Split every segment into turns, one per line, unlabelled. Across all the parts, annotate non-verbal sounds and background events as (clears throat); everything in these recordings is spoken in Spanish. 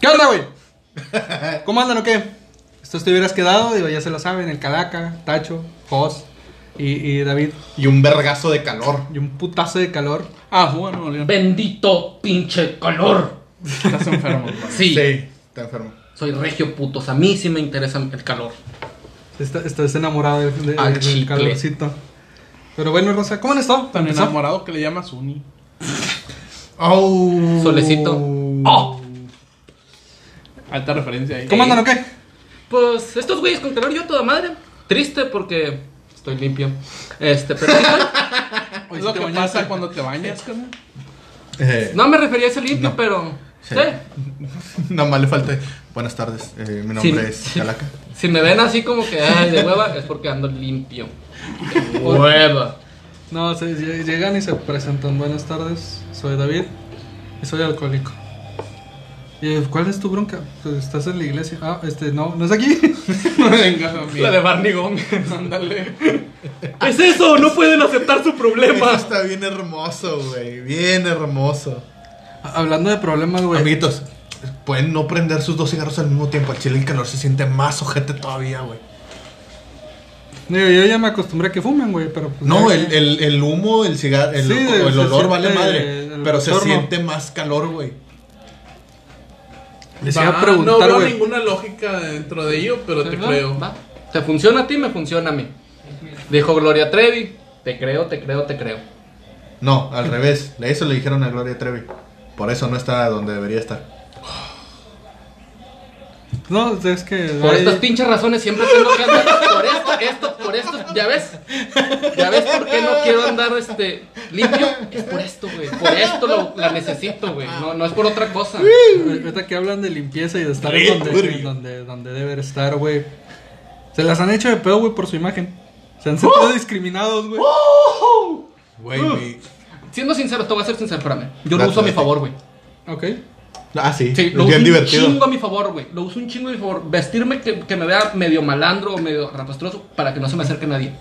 ¿Qué onda, güey? ¿Cómo andan o qué? Estos te hubieras quedado, digo, ya se lo saben, el Calaca, Tacho, Jos y, y David.
Y un vergazo de calor.
Y un putazo de calor. Ah, bueno, no, León.
Bendito pinche calor.
Estás (laughs) enfermo. güey.
Sí,
está enfermo.
soy regio putos. A mí sí me interesa el calor.
Está- Estás enamorado de- de-
Al
del
chicle.
calorcito. Pero bueno, Rosa, ¿cómo han estado?
Tan
¿Empezó?
enamorado que le llamas Uni.
Oh.
Solecito. Oh.
Alta referencia ahí.
¿Cómo andan o qué?
Pues estos güeyes con calor yo a toda madre. Triste porque estoy limpio. Este, pero aquí estoy.
Es lo que pasa cuando te (laughs) bañas, carnal.
Eh,
(laughs) no me refería a ese limpio, pero
Sí.
sí.
Nada más le falta. Buenas tardes, eh, mi
Sí.
nombre es Calaca.
Si me ven así como que ay, de hueva es porque ando limpio. De hueva.
No, se, lle- llegan y se presentan. Buenas tardes, soy David y soy alcohólico. Y, eh, ¿Cuál es tu bronca? Pues, estás en la iglesia. Ah, este, no, no es aquí. (laughs)
Venga, amigo.
Barney Gómez.
Ándale.
(laughs) Es eso, no pueden aceptar su
Eso
problema.
está bien hermoso, güey. Bien hermoso.
Ha- Hablando de problemas, güey.
Amiguitos, pueden no prender sus dos cigarros al mismo tiempo. Al chile el calor se siente más ojete todavía, güey.
Digo, yo ya me acostumbré a que fumen, güey, pero pues,
No,
ya-
el, el, el humo, el cigarro, el,
Sí,
el
se
olor vale
siente
madre.
el
pero se
retorno.
siente más calor, güey.
les iba a
Va, Ah, no
preguntar,
veo
güey.
ninguna lógica dentro de ello, pero te
¿Verdad?
creo.
Va. Te funciona a ti, me funciona a mí. Dijo Gloria Trevi. Te creo, te creo, te creo.
No, al revés. Eso le dijeron a Gloria Trevi. Por eso no está donde debería estar.
no, es que
Por
ahí-
estas pinches razones siempre tengo que andar por esto, esto, por esto, ya ves, ya ves por qué no quiero andar este limpio, es por esto, güey, por esto lo- la necesito, güey, no, no es por otra cosa.
Ahorita que hablan de limpieza y de estar en donde, en donde, donde deben estar, güey. Se las han hecho de pedo, güey, por su imagen. Se han sentido discriminados, güey.
Güey, mi-
Siendo sincero, te voy a ser sincero, espérame, yo lo
Date,
uso a mi
date.
favor, güey.
Ok.
Ah, sí.
Sí,
es
lo uso
bien
un
divertido.
chingo a mi favor, güey, lo uso un chingo a mi favor, vestirme que, que me vea medio malandro o medio rapastroso para que no se me acerque nadie.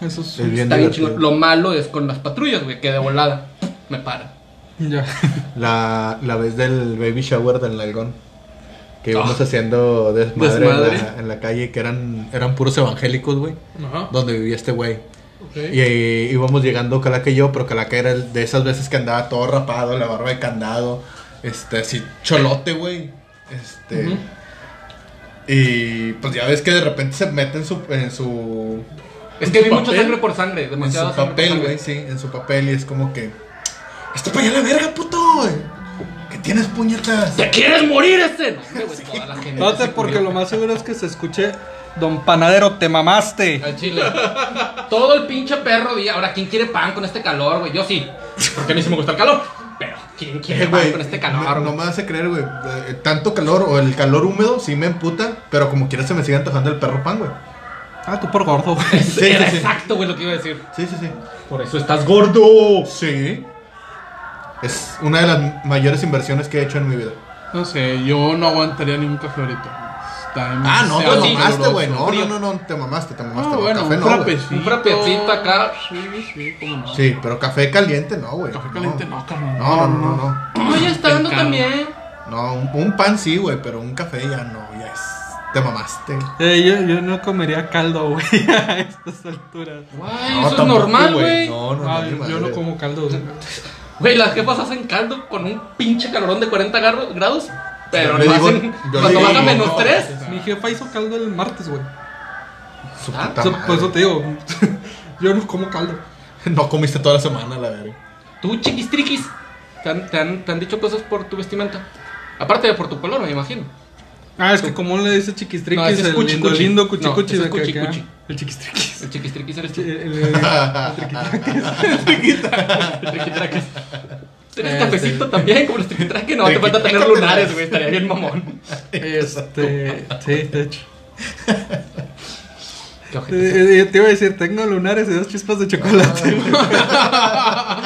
Eso es.
Es bien
Está bien
divertido.
chingo. Lo malo es con las patrullas, güey, que de volada me paran.
(laughs) (laughs) Ya.
La, la vez del baby shower del Nalgón. Que íbamos haciendo desmadre,
Ah. Desmadre.
En, la, en la calle, que eran, eran puros evangélicos, güey.
Ajá.
Donde vivía este güey.
ok.
Y ahí íbamos llegando Calaca y yo, pero Calaca era el- de esas veces que andaba todo rapado, la barba de candado, este, así, cholote, güey. Este. Y pues ya ves que de repente se mete en su, en su,
Es que vi mucha
papel.
sangre por sangre,
en
demasiado
su papel, güey, sí, en su papel, y es como que. ¡Está para allá la verga, puto! ¡Que tienes puñetas!
¿Te quieres morir este? No, hombre, güey, toda la gente.
Espérate,
se
porque
cubrió.
lo más seguro es que se escuche. Don Panadero, te mamaste.
Al chile. Todo el pinche perro día. Ahora, ¿quién quiere pan con este calor, güey? Yo sí. Porque a mí sí me gusta el calor. Pero, ¿quién quiere
Eh,
pan
güey,
con este
no,
calor,
no
güey?
me hace creer, güey. Eh, Tanto calor o el calor húmedo sí me emputa, pero como quiera se me sigue antojando el perro pan, güey.
Ah, tú por gordo, güey.
sí,
Era
sí.
exacto, güey, lo que iba a decir.
Sí, sí, sí.
Por eso estás gordo.
Sí. Es una de las mayores inversiones que he hecho en mi vida.
No sé, yo no aguantaría ni un café ahorita. Está
Ah, no,
demasiado
te mamaste,
caluroso.
güey. No,
Frío.
no, no, no, te mamaste, te
Ah,
mamaste.
bueno,
café
un
no, güey.
frapecito.
Un frapecito acá.
Sí, sí, cómo no.
Sí, pero café caliente no, güey.
Café caliente no, carnal.
No, no, no, no. no.
No, ya está dando
Te encargo.
también.
No, un, un pan sí, güey, pero un café ya no, ya es. Te mamaste.
(laughs) Eh, yo, yo no comería caldo, güey, (laughs) a estas alturas.
Güey,
No,
eso es
tampoco,
normal, güey.
No, no, no.
Ah,
ni
yo
madre.
no como caldo, (laughs) güey.
Güey, las jefas hacen caldo con un pinche calorón de 40 garro- grados.
Yo
Pero
le
no
digo-
hacen-
yo le
cuando
digo,
baja menos
no,
3.
Mi jefa hizo caldo el martes, güey.
Su
Ah,
puta
Eso- Por
madre.
eso te digo, yo no como caldo.
(laughs) No comiste toda la semana, la verga. (laughs)
Tú, chiquis triquis, te han, te han- te han dicho cosas por tu vestimenta. Aparte de por tu color, me imagino.
Ah, es que como le dice chiquistriquis,
No, ese es
el
cuchi,
lindo,
cuchi.
lindo cuchi,
No,
cuchi
ese
de
es
que-
cuchi,
que-
(laughs) cuchi.
El chiquistriquis.
El chiquis triquis eres
El- el-
tú.
el triquitriquis.
(laughs) El triquitraques. Tienes
Este.
cafecito también, como los triquitraques. No, te falta tener lunares, güey. Estaría bien mamón.
(laughs) Este, sí, de hecho. Eh,
Qué ojete.
eh, te iba a decir, tengo lunares y dos chispas de chocolate. (laughs)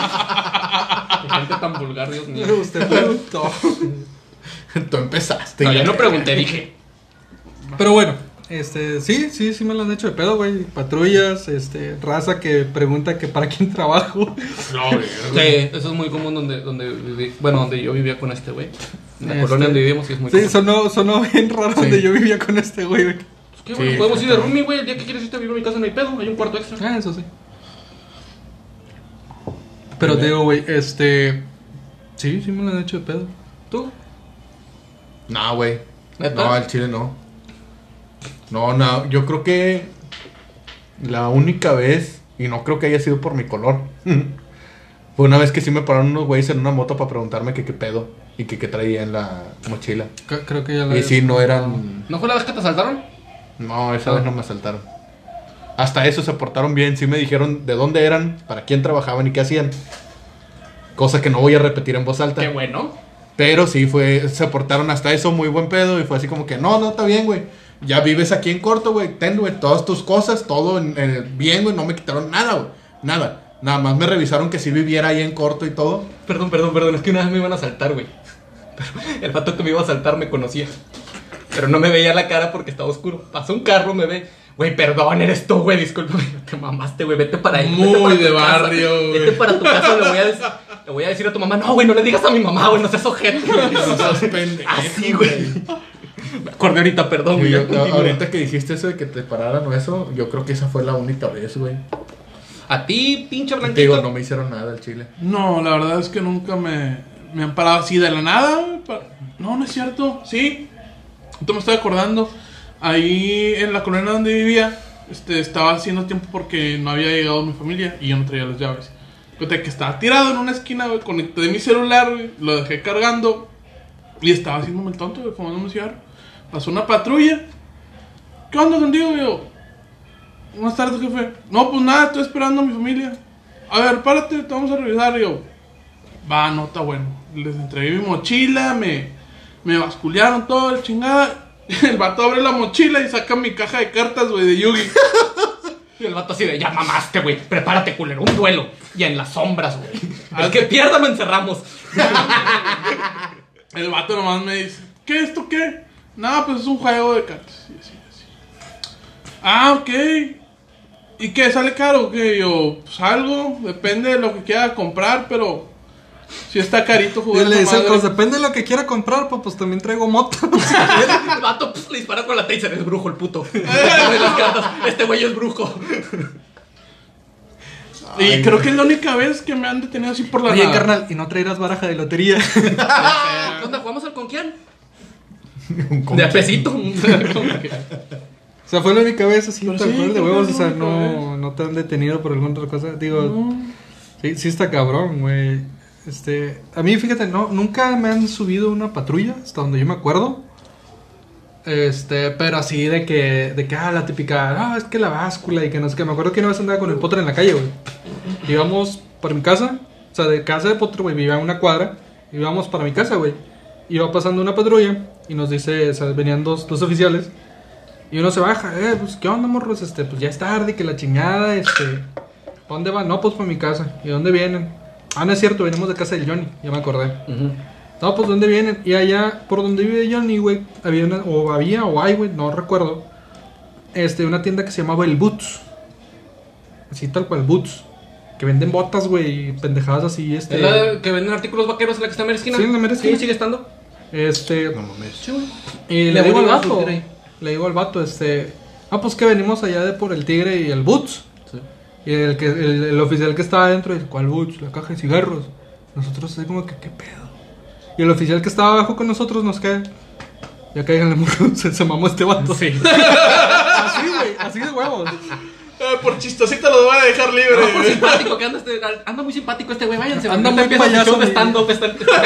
Qué gente tan vulgar, Dios mío.
Usted preguntó.
Tú empezaste.
No, yo no pregunté, dije.
Pero bueno, este, sí, sí, sí me lo han hecho de pedo, güey. Patrullas, este, raza que pregunta que para quién trabajo.
No, güey.
Sí, eso es muy común donde, donde viví. Bueno, donde yo vivía con este güey. En la
Este-
colonia donde vivimos sí es muy
Sí,
común.
sonó, sonó bien raro donde yo vivía con este güey. güey.
Pues, ¿qué, güey?
Sí,
Podemos ir de roomie, güey. El día que quieres irte a vivir a mi casa no hay pedo. Hay un cuarto extra.
Ah, eso sí. Pero te digo, güey, este. Sí, sí me lo han hecho de pedo.
¿Tú?
No, güey.
¿Neta?
No, al chile no. No, no, yo creo que la única vez, y no creo que haya sido por mi color, (laughs) fue una vez que sí me pararon unos güeyes en una moto para preguntarme que qué pedo y que qué traía en la mochila.
C- creo que ya la.
Y sí, no eran...
¿No fue la vez que te asaltaron?
No, esa
Ah.
vez no me asaltaron. Hasta eso se portaron bien, sí me dijeron de dónde eran, para quién trabajaban y qué hacían. Cosa que no voy a repetir en voz alta.
Qué bueno.
Pero sí fue, se portaron hasta eso muy buen pedo y fue así como que, no, no, está bien, güey. Ya vives aquí en corto, güey. Ten, güey, todas tus cosas, todo en- en- bien, güey. No me quitaron nada, güey. Nada. Nada más me revisaron que sí viviera ahí en corto y
(laughs)
todo.
Perdón, perdón, perdón. Es que una vez me iban a asaltar, güey. Pero el pato que me iba a asaltar me conocía. Pero no me veía la cara porque estaba oscuro. Pasó un carro, me ve. Güey, perdón, eres tú, güey. Disculpa, (laughs) güey. Te mamaste, güey. Vete para ahí.
Muy
vete para tu
de
casa.
barrio, güey.
Vete para tu casa. Le voy, a des- le voy a decir a tu mamá. No, güey, no le digas a mi mamá, güey. No seas ojete, güey. Así, güey. Me acordé ahorita, perdón,
Y
güey.
yo-
ya continúa.
ahorita que dijiste eso de que te pararan o eso, yo creo que esa fue la única vez, güey.
A ti, pinche
Y Te digo,
blanquito.
no me hicieron nada al chile.
No, la verdad es que nunca me, me han parado así de la nada. güey, pa- No, no es cierto. Sí. Tú me estoy acordando. Ahí en la colonia donde vivía, este, estaba haciendo tiempo porque no había llegado mi familia y yo no traía las llaves. Cuenta que estaba tirado en una esquina, güey, conecté mi celular, güey, lo dejé cargando y estaba haciéndome el tonto, güey, fumando un cigarro. Pasó una patrulla. ¿Qué onda contigo, güey? Yo, Buenas tardes, jefe. No, pues nada, estoy esperando a mi familia. A ver, párate, te vamos a revisar. Y yo, va, no, está bueno. Les entregué mi mochila, me, me basculearon todo, el chingada. (laughs) El vato abre la mochila y saca mi caja de cartas, güey, de Yugi.
Y el vato así de, ya mamaste, güey, prepárate, culero, un duelo. Y en las sombras, güey. Al que pierda lo encerramos.
El vato nomás me dice, ¿qué esto qué? Nada, pues es un juego de cartas. Y así, así. Ah, ok. ¿Y qué? ¿Sale caro? Que yo, pues algo, depende de lo que quiera comprar, pero si está carito
Y
jugar.
le
esa
dicen,
madre".
pues depende de lo que quiera comprar, pues, pues también traigo moto. (laughs)
(laughs) El vato pues, le dispara con la taser, es brujo el puto. (laughs) Este Le pone las cartas, este güey es brujo.
Y
Ay,
creo
güey.
que es la única vez que me han detenido así por la
Oye,
nada. (laughs)
carnal, y no traerás baraja de lotería.
¿Qué onda? ¿Jugamos al conquian? De
(laughs)
a pesito.
O sea, fue la única vez así,
Pero
tal
sí,
cual, de
creo que
huevos. O
es
sea,
la única
no, no te han detenido por alguna otra cosa. Digo, sí, sí está cabrón, güey. Este, a mí, fíjate, no, nunca me han subido una patrulla, hasta donde yo me acuerdo. Este, pero así de que, de que, ah, la típica, ah, es que la báscula y que no sé qué. Me acuerdo que una vez andaba con el potre en la calle, güey. Íbamos para mi casa, o sea, de casa de potre, güey, vivía en una cuadra. Íbamos para mi casa, güey. Iba pasando una patrulla y nos dice, o sea, venían dos, dos oficiales. Y uno se baja, eh, pues, ¿qué onda, morros? Este, pues ya es tarde, que la chingada, este. ¿pa' ¿Dónde van? No, pues para mi casa. ¿Y dónde vienen? Ah, no es cierto, venimos de casa del Johnny, ya me acordé. No, pues ¿dónde vienen? Y allá, por donde vive Johnny, güey, había una, o había, o hay, güey, no recuerdo. Este, una tienda que se llamaba el Boots. Así tal cual, Boots. Que venden botas, güey, y pendejadas así, este.
¿Es la de- que venden artículos vaqueros en la que está en la esquina?
Sí, en la mera esquina.
Sí, sigue estando.
Este.
No mames.
Sí, güey.
Y le
Le
digo al
voy a
vato,
surtir ahí.
le digo al vato, este, ah, pues que venimos allá de por el Tigre y el Boots. Y el, que, el, el oficial que estaba adentro dice, ¿cuál Boots? La caja de cigarros. Nosotros así como que, ¿qué pedo? Y el oficial que estaba abajo con nosotros nos cae, ya caigan el (laughs) se, se mamó este vato.
(laughs) Sí.
(laughs) Así, güey, así de huevos.
Eh, por chistosita los voy a dejar
No,
libres.
por pues simpático que anda este, anda muy simpático este güey, váyanse.
Anda
ahorita
muy
empieza su
payaso,
show de
güey. (laughs)
stand-up, está el pendejo.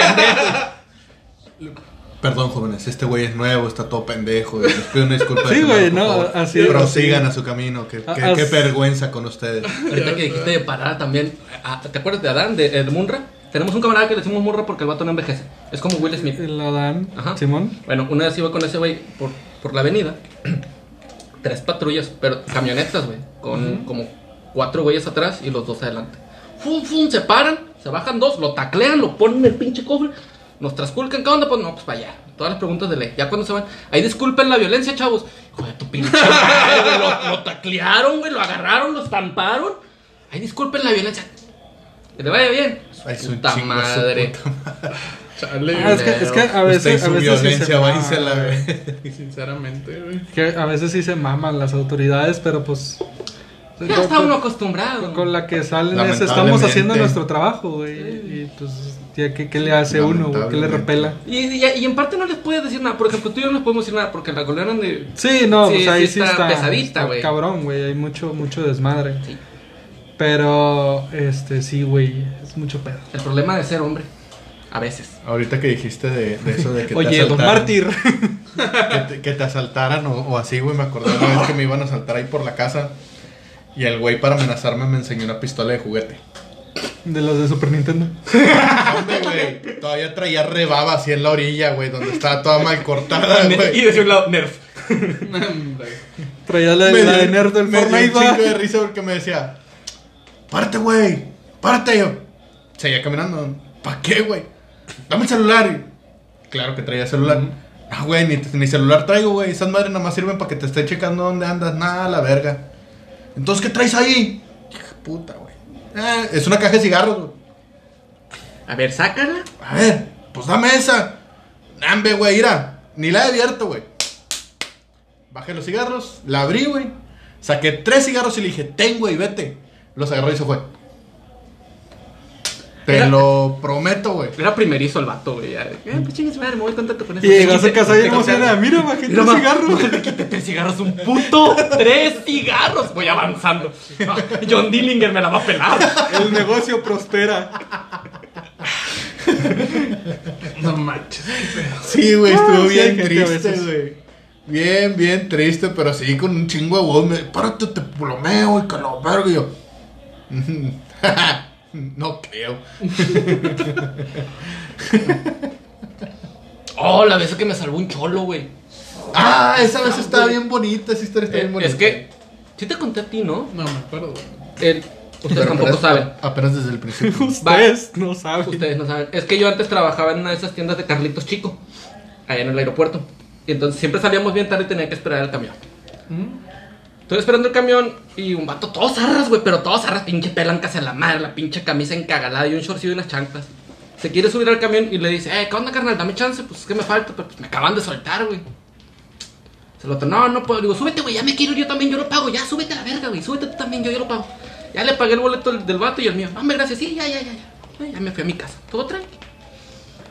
Perdón, jóvenes, este güey es nuevo, está todo pendejo. y Les pido una disculpa. de
Sí, güey,
antemano, por
no,
favor.
así- Ah,
Prosigan a su camino, que- que-
As-
qué vergüenza con ustedes.
Ahorita que dijiste de parar también, ah, ¿te acuerdas de Adán, de, eh, de Munra? Tenemos un camarada que le decimos Munra porque el vato no envejece. Es como Will Smith.
El Adán,
Ajá.
Simón.
Bueno, una vez iba con ese güey por, por la avenida. (clears throat) Tres patrullas, pero camionetas, güey. Con como cuatro güeyes atrás y los dos adelante. Fum, fum, se paran, se bajan dos, lo taclean, lo ponen en el pinche cofre. Nos trasculcan, ¿qué onda? Pues no, pues para allá. Todas las preguntas de ley. Ya cuando se van, ahí disculpen la violencia, chavos. Hijo de tu pinche madre, güey, lo, lo taclearon, güey, lo agarraron, lo estamparon. Ahí disculpen la violencia. Que te vaya bien.
Ay, es un
puta
chingo, su
madre.
Chale,
Ah, es, que, es que a
Usted y
veces, a
su
veces sí
violencia,
ma-
váyensela, güey.
güey. (laughs) Sinceramente, güey.
que a veces sí se maman las autoridades, pero pues
Ya
con-
está
con-
uno acostumbrado.
con la que salen es estamos
Lamentablemente.
haciendo nuestro trabajo, güey. Y pues ya qué, qué le hace uno, güey? ¿Qué le
Lamentablemente.
repela?
Y, y, y en parte no les puedes decir nada. Por ejemplo, tú y yo no les podemos decir nada porque la colonia de.
Sí, no,
Sí,
pues ahí
sí
sí
está
está,
pesadita,
está
güey.
cabrón, güey, hay mucho mucho desmadre.
Sí.
Pero este sí, güey, es mucho pedo.
El problema de ser hombre. A veces.
Ahorita que dijiste de, de eso de que te
Oye, don
asaltaran.
Mártir. (laughs)
que te, que te asaltaran o, o así, güey. Me acordé una vez que me iban a asaltar ahí por la casa. Y el güey, para amenazarme, me enseñó una pistola de
(laughs)
juguete.
De los de Super Nintendo.
Hombre, güey. Todavía traía rebaba así en la orilla, güey, donde estaba toda mal cortada, güey.
decía un lado, nerf.
Traía la,
Me
la de
dio-
Nerd del
me dio un
Fortnite. va.
chingo de risa porque me decía, parte, güey, parte. Yo seguía caminando. ¿Para qué, güey? Dame el celular. Y Claro que traía celular. Ah, güey, ni, ni celular traigo, güey. Esas madres nada más sirven para que te estén checando dónde andas. Nada, la verga. Entonces, ¿qué traes ahí? Hija de puta, güey. "Ah, es una caja de cigarros, güey.
A ver, sácala.
A ver, pues dame esa. Nambe, güey, mira. Ni la he abierto, güey. Bajé los cigarros, la abrí, güey. Saqué tres cigarros y le dije, ten, güey, vete. Los agarró y se fue. Te
Era-
lo prometo, güey.
Era primerizo el vato, güey. ya de que, Eh, pues chingues madre, me voy contento con eso.
Y llegas a casa
y
bien emocionada. Mira, bajé
Mira,
un
ma,
cigarro.
Quité tres cigarros, un puto. Tres cigarros. Voy avanzando. Ah, John Dillinger me la va a pelar.
El negocio prospera.
No manches.
(laughs) Sí, güey,
Ah,
estuvo
sí, hay
bien
gente a
triste,
veces.
güey. Bien, bien triste, pero sí con un chingo de huevos. Me párate, te plomeo y que lo verga. Y yo, (laughs) no creo.
Oh, la vez que me salvó un cholo, güey.
Ah, esa vez está bien bonita. Esa historia está bien
Eh,
bonita.
es que. Sí te conté a ti, ¿no?
No me acuerdo.
El- ustedes
Pero
tampoco
apenas-
saben.
Apenas desde
(laughs)
el principio.
Ustedes no saben.
Ustedes no saben. Es que yo antes trabajaba en una de esas tiendas de Carlitos Chico, allá en el aeropuerto. Y entonces siempre salíamos bien tarde y tenía que esperar el camión. Estoy esperando el camión y un vato, todos arras, güey, pero todos arras, pinche pelancas en la madre, la pinche camisa encagalada y un shortcillo y unas chanclas. Se quiere subir al camión y le dice, eh, ¿qué onda, carnal? Dame chance, pues es que me falta, pero pues, me acaban de soltar, güey. Se lo otro, no, no puedo. Le digo, súbete, güey, ya me quiero, yo también, yo lo pago, ya, súbete a la verga, güey, súbete tú también, yo, yo lo pago. Ya le pagué el boleto del, del vato y el mío. No, hombre, gracias, sí, ya, ya, ya, ya. Ay, Ya me fui a mi casa, todo tranqui.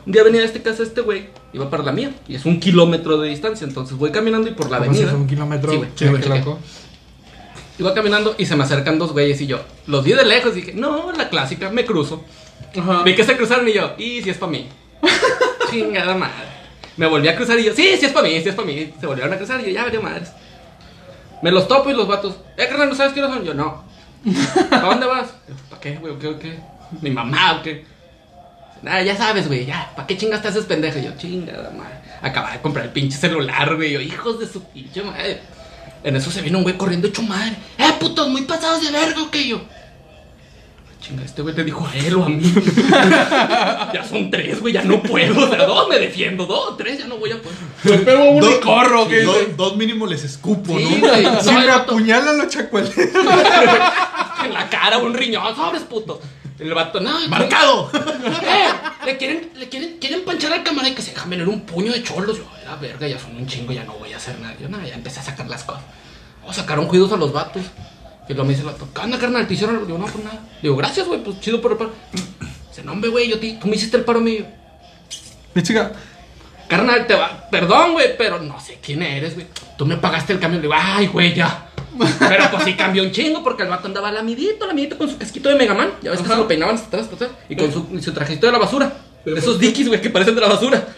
Un día venía de este casa este güey, iba para la mía, y es un kilómetro de distancia, entonces voy caminando y por la
Como si
avenida.
fuera un kilómetro.
Sí, güey,
Sí, güey,
sí, sí.
loco.
Iba caminando y se me acercan dos güeyes y yo los vi de lejos y dije, no, la clásica, me cruzo.
Ajá.
Vi que se cruzaron y yo, y si es para mí. Chingada madre. Me volví a cruzar y yo, sí, si es para mí, si es para mí. Se volvieron a cruzar y yo, ya valió madres. Me los topo y los vatos, eh, carnal, ¿no sabes quiénes son? Yo, no. ¿Para dónde vas? ¿Para qué, güey? ¿Qué, qué? ¿Mi mamá o qué? Nada, ya sabes, güey, ya. ¿Para qué chingas te haces pendejo? Y Yo, chingada madre. Acababa de comprar el pinche celular, güey. Yo, hijos de su pinche madre. En eso se vino un güey corriendo hecho madre. ¡Eh, putos, muy pasados de verga, que yo! Chinga, este güey te dijo a él o a mí. ya son tres, güey, ya no puedo. O sea, dos me defiendo, dos, tres, ya no voy a poder.
Me pego uno y corro,
que
¿qué?
dos, dos mínimo les escupo,
Sí,
¿no?
güey.
Si
no,
me
el vato-
apuñalan los chacualeros.
en la cara, un riñón, sobres, puto. El vato, no,
¡Marcado!
Eh, le quieren, le quieren, quieren panchar al camarada y que se deja venir un puño de cholos. Yo, a la verga, ya son un chingo, ya no voy a hacer nada. Yo, nada, ya empecé a sacar las cosas. O sacaron cuidos a los vatos. Y lo me dice el vato, ¿qué onda, carnal? ¿Te hicieron algo? Digo, no, pues nada. Digo, gracias, güey, pues chido por el paro. Dice, no, hombre, güey, yo te, tú me hiciste el paro mío.
Mi chica,
Carnal, te va. Perdón, güey, pero no sé quién eres, güey. Tú me pagaste el cambio. Le digo, ay, güey, ya. Pero pues sí cambió un chingo porque el vato andaba lamidito, lamidito con su casquito de Megaman. Ya ves que se lo peinaban hasta atrás, hasta atrás. Y
Eh.
con su, y su trajecito de la basura. Esos dikis, güey, que parecen de la basura.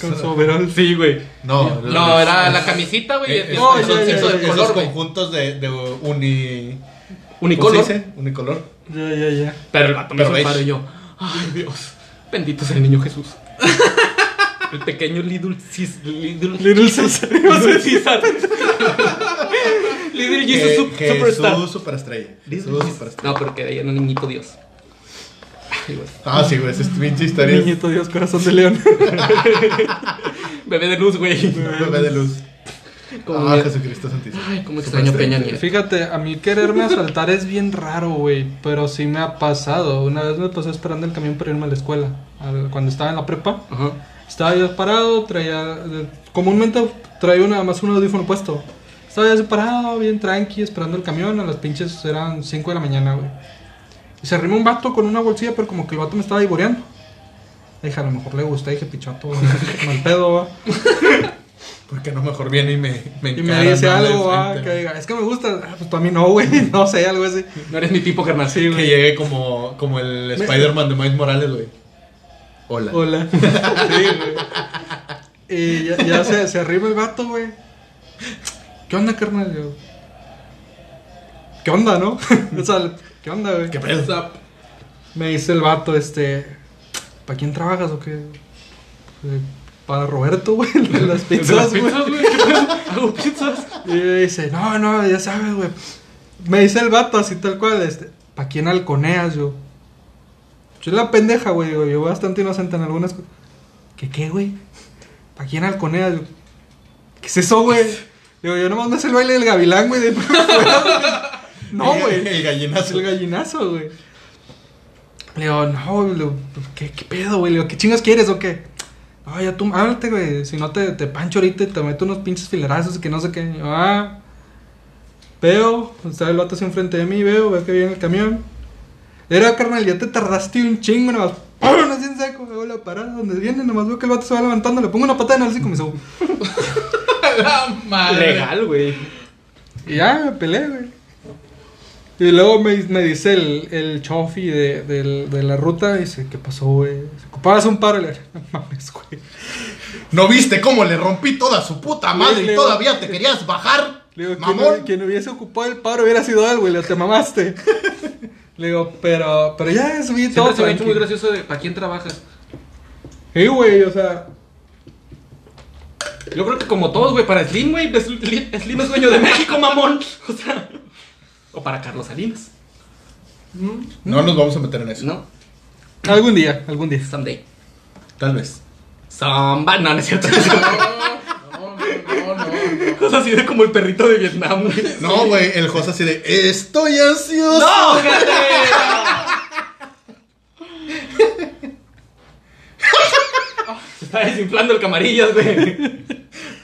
con su overall. Sí, güey.
No,
No, era la camisita, güey. y el-
Eh,
el
No, ya, ya,
pantaloncito
ya,
de
ya,
color,
esos
güey.
conjuntos de, de uni... ¿cómo
Unicolor.
se dice? Unicolor.
Ya, ya, ya.
Pero el vato me
Pero
hizo el
beige.
paro y yo. Ay, Dios. Bendito sea el
(laughs)
niño Jesús. El pequeño Little Cis. Little,
Little (laughs) Caesar.
Little Caesar. Little Jesus
Je-
Sup-
Jesús
Superstar.
Superestrella.
Disney.
Jesús Superestrella.
No, porque era un niñito Dios. Ay, güey.
Ah, sí, güey, esa es pinche historia.
Niñito Dios, corazón de león.
Bebé de luz, güey.
Bebé de luz.
Como,
ah,
mi-
Jesucristo Santísimo.
Ay, cómo extraño Peña Nieto.
(laughs) Fíjate, a mí quererme asaltar es bien raro, güey. Pero sí me ha pasado. Una vez me pasó esperando el camión para irme a la escuela. al- Cuando estaba en la prepa.
Ajá.
Estaba yo parado, traía. eh, Comúnmente traía nada más un audífono puesto. Estaba yo separado, bien tranqui, esperando el camión. A las pinches eran 5 de la mañana, güey. Y se arrimó un vato con una bolsilla, pero como que el vato me estaba divoreando. Dije, a lo mejor le gusta, dije, pichato, güey, (laughs) mal pedo, va.
Porque no mejor viene y me me
Y me
encara,
dice
¿no?
algo,
De
va,
frente.
que diga, es que me gusta. Ah, pues tú a mí no, güey, (laughs) no sé, algo así.
No eres mi tipo, carnal.
Sí,
Que
güey.
llegue como, como el Spider-Man de Miles Morales, güey. Hola.
Hola. (laughs) Sí, güey. Y ya, ya se, se arriba el vato, güey. ¿Qué onda, carnal? Yo, ¿Qué onda, no? (laughs) o sea, ¿qué onda, güey?
¿Qué pedo?
Me dice el vato, este. ¿Para quién trabajas o qué? Eh, Para Roberto, güey, (laughs) el de las pizzas, güey.
pizzas, güey? ¿Qué pedo? Hago pizzas.
Y me dice, no, no, ya sabes, güey. Me dice el vato así tal cual, este, ¿pa' quién halconeas yo? Yo la pendeja, güey, digo, yo bastante inocente en algunas cosas. ¿Qué qué, güey? ¿Pa' quién halconeas yo? ¿Qué es eso, güey? Digo, yo nomás me hace el baile del gavilán, güey. de- (laughs) no,
El-
güey.
(laughs) El gallinazo.
El gallinazo, güey. Le digo, no, güey, le digo, ¿qué, qué pedo, güey? Le digo, ¿qué chingas quieres o qué? No, ya tú, háblate, güey. Si no te, te pancho ahorita y te meto unos pinches filerazos y que no sé qué. Yo, ah. Veo, pues, está el vato así enfrente de mí, veo, veo que viene el camión. Era, carnal, ya te tardaste un chingo, nomás. ¡Pum! Así en seco, hago la parada donde viene, nomás veo que el vato se va levantando, le pongo una patada en el hocico y me subo.
La madre.
Legal, güey.
Y ya me peleé, güey. Y luego me, me dice el, el chofi de, del- de la ruta, dice, ¿qué pasó, güey? Se ocupabas un paro, y le dije, no mames, güey.
¿No viste cómo le rompí toda su puta madre y
Leo.
todavía te querías bajar?
Le digo, "Quien
Mamón.
hubi- quien hubiese ocupado el paro hubiera sido él, güey, le- te mamaste. (laughs) le digo, pero, pero ya subí todo.
Siempre se me ha hecho
tranquilo".
muy gracioso de ¿para quién trabajas?
Sí, güey, o sea,
Yo creo que como todos, güey, para Slim, güey, pues, Slim Slim es dueño de México, mamón. O sea, o para Carlos Salinas.
No nos vamos a meter en eso.
No,
algún día, algún día.
someday.
Tal vez.
Samba, no, no es cierto.
No, no, no, no.
(laughs) Cosas así de como el perrito de Vietnam, güey.
No, güey, el José así de estoy ansioso.
¡No, gente! Se está desinflando el camarillas, güey.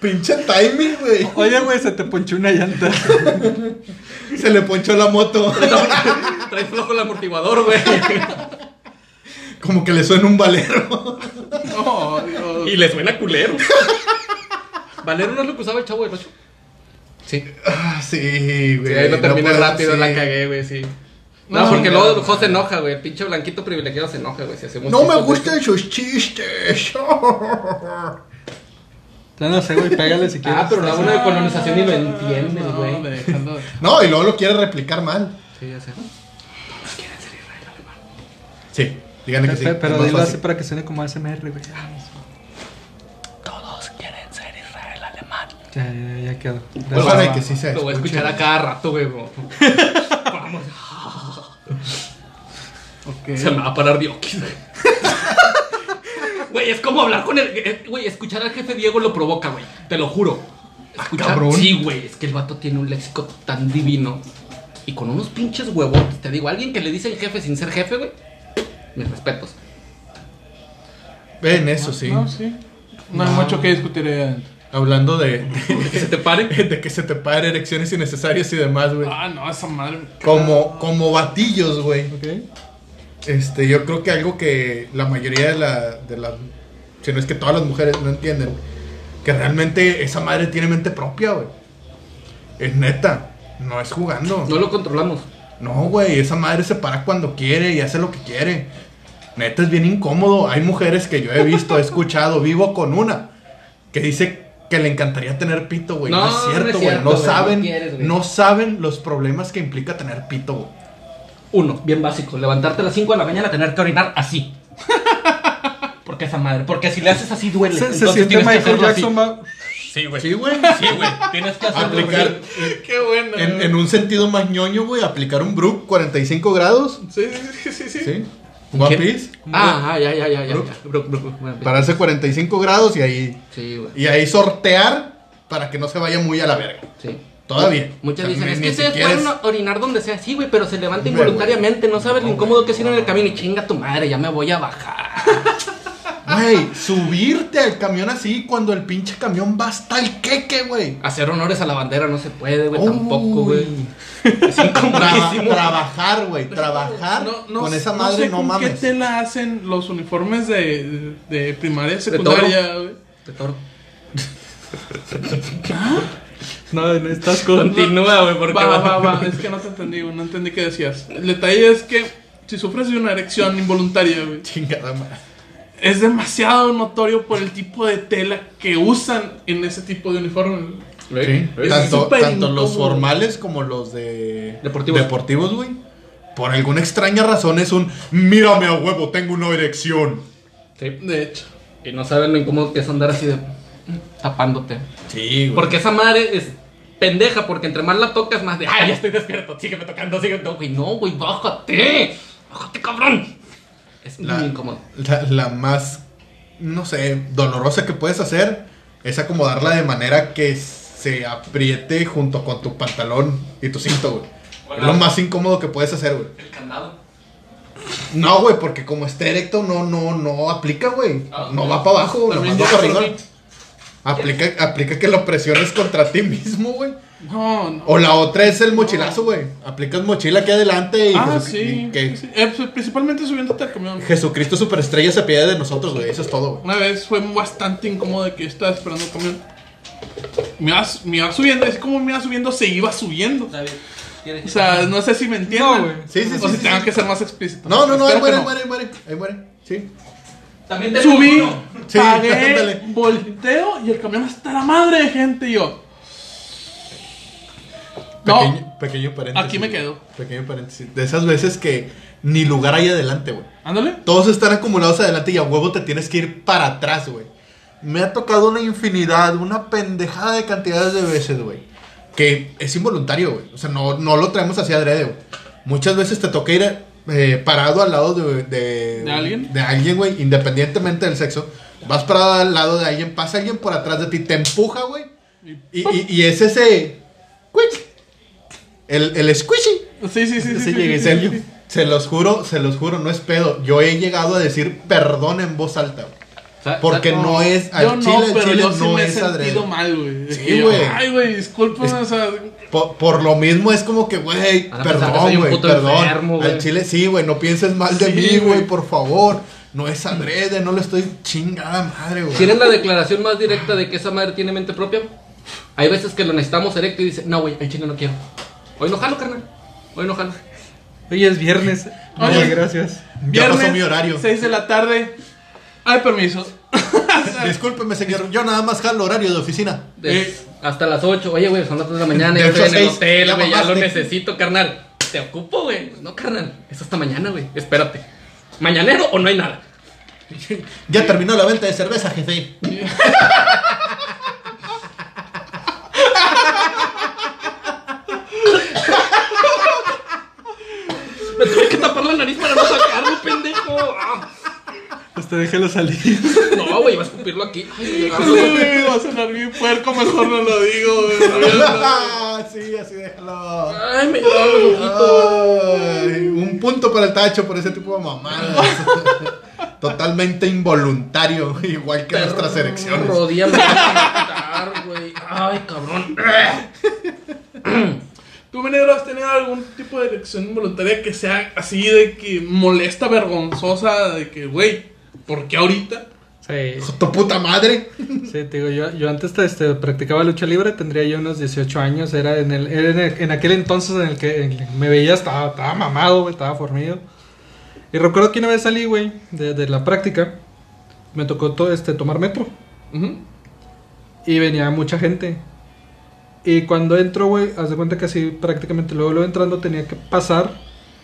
Pinche timing, güey.
Oye, güey, se te ponchó una llanta. (laughs)
Se le ponchó la moto.
Trae flojo el amortiguador, güey.
Como que le suena un valero.
No, Dios.
Y le suena culero. Valero no es lo que usaba el chavo del 8.
Sí. Ah, sí, güey.
Sí, ahí lo terminé
Eh, puedo-
rápido,
sí.
la cagué, güey, sí. No,
No,
porque
sí,
luego
no.
José enoja, güey. El pinche blanquito privilegiado se enoja, güey. Si hacemos
No me
chistes de-
gustan sus chistes. (laughs)
Ya no sé, güey, pégale si quieres.
Ah, pero la una de colonización y lo entiendes,
No,
güey.
dejando de-
No, y luego lo quiere replicar mal.
Sí, ya sé.
Sí, díganle que sí.
Pe- Pero
es más
dilo así
fácil.
para que suene como ASMR, güey.
Todos quieren ser Israel alemán.
Ya, ya, ya quedó.
Ojalá
Gracias.
y Pues que sí se
Lo voy a escuchar a cada rato, güey. bro. Vamos.
Ok.
Se me va a
(laughs)
parar Diokis, güey. Güey, es como hablar con el. eh, Güey, escuchar al jefe Diego lo provoca, güey. Te lo juro.
Ah,
Escuchar.
cabrón.
sí, güey. Es que el vato tiene un léxico tan divino. Y con unos pinches huevotes. Te digo, alguien que le dice el jefe sin ser jefe, güey. Mis respetos.
Ven, eso sí.
No, sí. No hay mucho que discutir eh. ahí adentro.
Hablando de, (laughs)
Que se te pare.
de,
(laughs)
de que se te paren erecciones innecesarias y demás, güey.
Ah, no, esa madre.
Como, como batillos, güey.
Ok.
Este, yo creo que algo que la mayoría de, la, de las, si no es que todas las mujeres no entienden, que realmente esa madre tiene mente propia, güey. Es neta, no es jugando.
No lo controlamos.
No, güey, esa madre se para cuando quiere y hace lo que quiere. Neta, es bien incómodo. Hay mujeres que yo he visto, he escuchado, vivo con una, que dice que le encantaría tener pito, güey. No,
No,
es
no es
cierto, güey.
cierto,
No,
güey, no
saben,
quieres, güey.
no saben los problemas que implica tener pito, güey.
Uno, bien básico, levantarte a las 5 de la mañana, tener que orinar así. (laughs) ¿Por qué esa madre? Porque si le haces así duele.
Se, se
Entonces
siente
tienes que
Michael
hacerlo así.
Jackson, va.
Sí, güey.
Sí, güey.
Sí, güey. Tienes que
(laughs)
hacerlo
Aplicar
así.
Qué bueno.
en, en un sentido más ñoño, güey, aplicar un Brook 45 grados.
Sí, sí, sí, sí. sí.
Sí. One
¿Qué?
Piece.
Ah, ah, ya, ya, ya, ya.
Brook.
ya. Brook, Brook, Brook, bueno,
Pararse 45 grados y ahí,
Sí, güey.
y ahí sortear para que no se vaya muy a la verga.
Sí.
Todavía. O
Muchas
sea,
dicen,
ni-
es
ni
que ustedes
siquiera
pueden
es-
orinar donde sea. Sí, güey, pero se levanta
Hombre,
involuntariamente. No sabes lo
No,
incómodo
güey,
que es ir en
no.
el camino y chinga tu madre, ya me voy a bajar.
Güey, subirte al camión así cuando el pinche camión va hasta el queque, güey.
Hacer honores a la bandera no se puede, güey,
Uy.
tampoco, güey. Es
Traba-
incomodísimo.
trabajar, güey. Trabajar Ah, con esa madre,
sé
no,
con ¿Qué
mames.
tela hacen los uniformes de, de primaria, secundaria, güey?
De toro.
No, en estas cosas.
Continúa, güey, porque
Va, va, va, es que no te entendí, güey, no entendí qué decías. El detalle es que si sufres de una erección involuntaria, güey,
Chingada madre.
es demasiado notorio por el tipo de tela que usan en ese tipo de uniforme.
Sí.
Sí. Tanto,
súper
tanto los
incómodo.
formales como los de
Deportivos.
deportivos, güey. Por alguna extraña razón es un mírame a huevo, tengo una erección.
Sí.
De hecho,
Y no saben lo incómodo que es andar así de tapándote.
Sí, güey.
Porque esa madre es pendeja, porque entre más la tocas, más de ay, ya estoy despierto, sígueme tocando, sígueme tocando. Güey, no, güey, bájate, bájate, cabrón. Es
la,
muy incómodo.
la- la más, no sé, dolorosa que puedes hacer es acomodarla de manera que se apriete junto con tu pantalón y tu cinto, güey.
Bueno.
Es lo más incómodo que puedes hacer, güey.
El candado.
No, güey, porque como está erecto, no, no, no aplica, güey.
Ah,
no
ok.
va para abajo,
También
no va
ya
para arriba.
por mí.
Aplica, aplica que lo presiones contra ti mismo, güey.
no, no.
O la otra es el mochilazo, güey. Aplicas mochila aquí adelante y,
Ah,
Jesuc-
sí.
y que
sí. Eh, pues, principalmente subiéndote al camión.
Jesucristo superestrella se pierde de nosotros, güey. Eso es todo, güey.
Una vez fue bastante incómodo de que yo estaba esperando el camión. Me iba, me iba subiendo, es como me iba subiendo, se iba subiendo. O sea, no sé si me entienden.
No, güey.
Sí, sí,
o
sí,
si
sí,
tengo
sí.
que ser más explícito.
No, no, no, ahí
Espero que
muere, ahí muere, ahí muere. Ahí muere. Sí.
También te
Subí,
Sí,
pagué,
ándale.
volteo y el camión hasta la madre de gente. Y yo, No.
Pequeño, pequeño paréntesis.
Aquí me quedo.
Pequeño paréntesis. De esas veces que ni lugar hay adelante, güey.
ándale.
Todos están acumulados adelante y a huevo te tienes que ir para atrás, güey. Me ha tocado una infinidad, una pendejada de cantidades de veces, güey. Que es involuntario, güey. O sea, no, no lo traemos hacia adrede, güey. Muchas veces te toca ir eh, parado al lado de... ¿De,
¿De alguien?
De alguien, güey, independientemente del sexo. Vas parado al lado de alguien, pasa alguien por atrás de ti, te empuja, güey. Y, y- y es ese... quick, El, el squishy.
Sí, sí, sí. sí,
Sí,
sí,
llegué,
sí,
Sergio.
sí, sí.
Se los juro, se los juro, no es pedo. Yo he llegado a decir perdón en voz alta. güey. Porque no, es al
Yo no,
chile, al
pero
chile
yo sí
no
me he
es
sentido
adrede.
mal, güey. De
Sí,
que yo,
güey.
Ay, güey, discúlpame,
Es-
o sea,
Por, por lo mismo es como que, güey,
Van a pensar que pues, soy
perdón,
un
güey,
puto
perdón.
enfermo, güey.
al chile sí, güey, no pienses mal de
Sí,
mí,
güey.
güey, por favor. No es adrede, no lo estoy chingada madre, güey.
¿Quieren la declaración más directa de que esa madre tiene mente propia? Hay veces que lo necesitamos erecto y dice, no, güey, el chino no quiero. Hoy no jalo, carnal. Hoy no jalo.
Oye, es viernes.
Oye.
Oye, gracias.
Ya
viernes,
pasó mi horario.
6 de la tarde. Ay, permiso.
Discúlpeme, señor, yo nada más jalo horario de oficina.
De-
Eh.
Hasta las 8. Oye, güey, son las 3 de la mañana.
De
Ya
ocho a
estoy en el
seis,
hotel,
ya
güey. Ya lo
mamaste.
necesito, carnal. Te ocupo, güey. No, carnal. Es hasta mañana, güey. Espérate. ¿Mañanero o no hay nada?
Ya terminó la venta de cerveza, jefe.
Me tuve que tapar la nariz para no sacarlo, pendejo. Ah.
Hasta déjalo salir.
No, güey, va a escupirlo aquí. Ay,
Híjole, güey, (laughs) va a sonar bien puerco, mejor no lo digo, güey.
(laughs) sí, así déjalo.
Ay, me lloraron los ojitos.
Ay, un punto para el tacho por ese tipo de mamadas.
(laughs)
Totalmente involuntario, igual que nuestras erecciones. (laughs)
Rodilla me va a matar, güey. Ay, cabrón.
¿Tú, mi negro, has tenido algún tipo de elección involuntaria que sea así de que molesta, vergonzosa, de que, güey, ¿por qué ahorita?
Sí,
Hijo de tu puta madre.
sí, te digo, yo, yo antes este, practicaba lucha libre, tendría yo unos 18 años, era en, el, era en, el- en aquel entonces en el que en el que me veía, estaba, estaba mamado, güey, estaba formido. Y recuerdo que una vez salí, güey, de, de la práctica, me tocó to- este, tomar metro y venía mucha gente. Y cuando entro, güey, haz de cuenta que así prácticamente luego, luego entrando tenía que pasar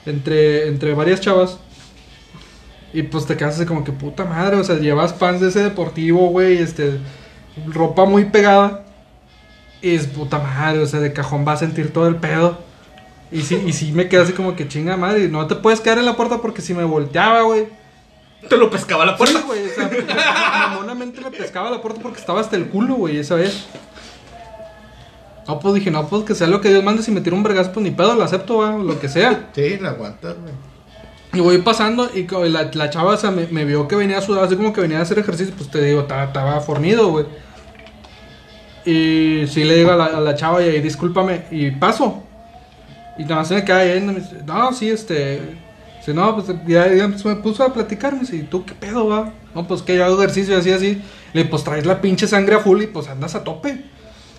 entre, entre varias chavas. Y pues te quedas así como que puta madre, o sea, llevas pants de ese deportivo, güey, este, ropa muy pegada. Y es puta madre, o sea, de cajón va a sentir todo el pedo. Y sí, y sí me quedé así como que chinga madre, y no te puedes quedar en la puerta porque si me volteaba, güey.
Te lo pescaba la
Sí,
puerta.
(laughs) güey, o sea, mamonamente le pescaba la puerta porque estaba hasta el culo, güey, esa vez. No, pues dije, no, pues que sea lo que Dios mande. Si me tiro un vergazo, pues ni pedo, lo acepto, va, lo que sea. (laughs)
Sí, la aguantas, güey.
Y voy pasando y co- la, la chava o sea, me, me vio que venía sudada, así como que venía a hacer ejercicio. Pues te digo, ta- estaba fornido, güey. Y sí le digo a la, a la chava y ahí, discúlpame, y paso. Y nada más se me queda viendo, me dice, no, sí, este. Si no, pues ya, ya se me puso a platicar, me dice, ¿y tú qué pedo, va? No, pues que yo hago ejercicio y así, así. Le digo, pues traes la pinche sangre a full y pues andas a tope.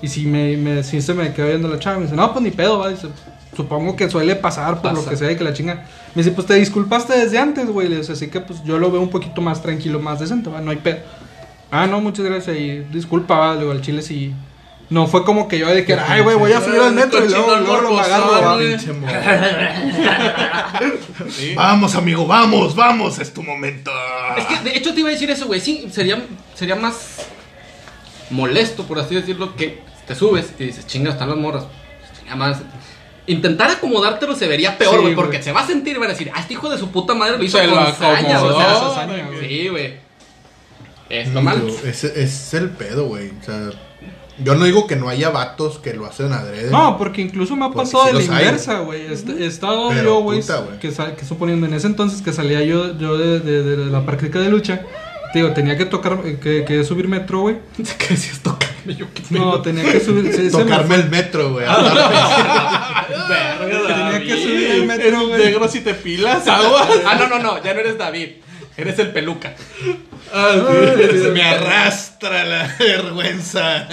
Y si me, me sí se me quedó viendo la chava, me dice, no, pues ni pedo, va. Dice, supongo que suele pasar por lo
Pasa.
que sea y que la chinga. Me dice, pues te disculpaste desde antes, güey. Le dice, así que pues yo lo veo un poquito más tranquilo, más decente, va, no hay pedo. Ah, no, muchas gracias. Y disculpa, va, le digo, al chile sí. No fue como que yo de que, ay, güey, voy a subir al metro y luego, luego lo agarro, va". (laughs)
Pinche morro. Sí. Vamos, amigo, vamos, vamos, es tu momento.
Es que de hecho te iba a decir eso, güey. Sí, sería, sería más molesto, por así decirlo, que te subes y dices, chinga, están las morras. Chinga más. Intentar acomodártelo se vería peor,
Sí,
güey,
güey.
porque se va a sentir, van a decir, ah, este hijo de su puta madre lo hizo
Se lo
con saña,
acomodó.
o sea,
esas hazañas,
güey.
Sí, güey. Es
No,
normal.
yo- ese- ese Es, el pedo, güey. O sea, yo no digo que no haya vatos que lo hacen adrede.
No, porque incluso me ha
eh, Porque
pasado
sí
de
los
la
hay.
inversa, güey. Est- He estado
Pero,
yo, güey,
puta, güey.
que, sal- que suponiendo en ese entonces que salía yo, yo de, de- de la práctica de lucha, te digo, tenía que tocar, que, que subir metro,
(laughs)
güey.
¿Qué decías tocarme? Yo qué
No, tenía que subir, se- se me
Tocarme el metro, güey.
Ah.
hablar-
Verga,
Tenía que
David.
subir el metro, güey.
Negro si te pilas, agua.
Ah, no, no, no, ya no eres David. Eres el peluca.
Se me arrastra la (laughs) vergüenza.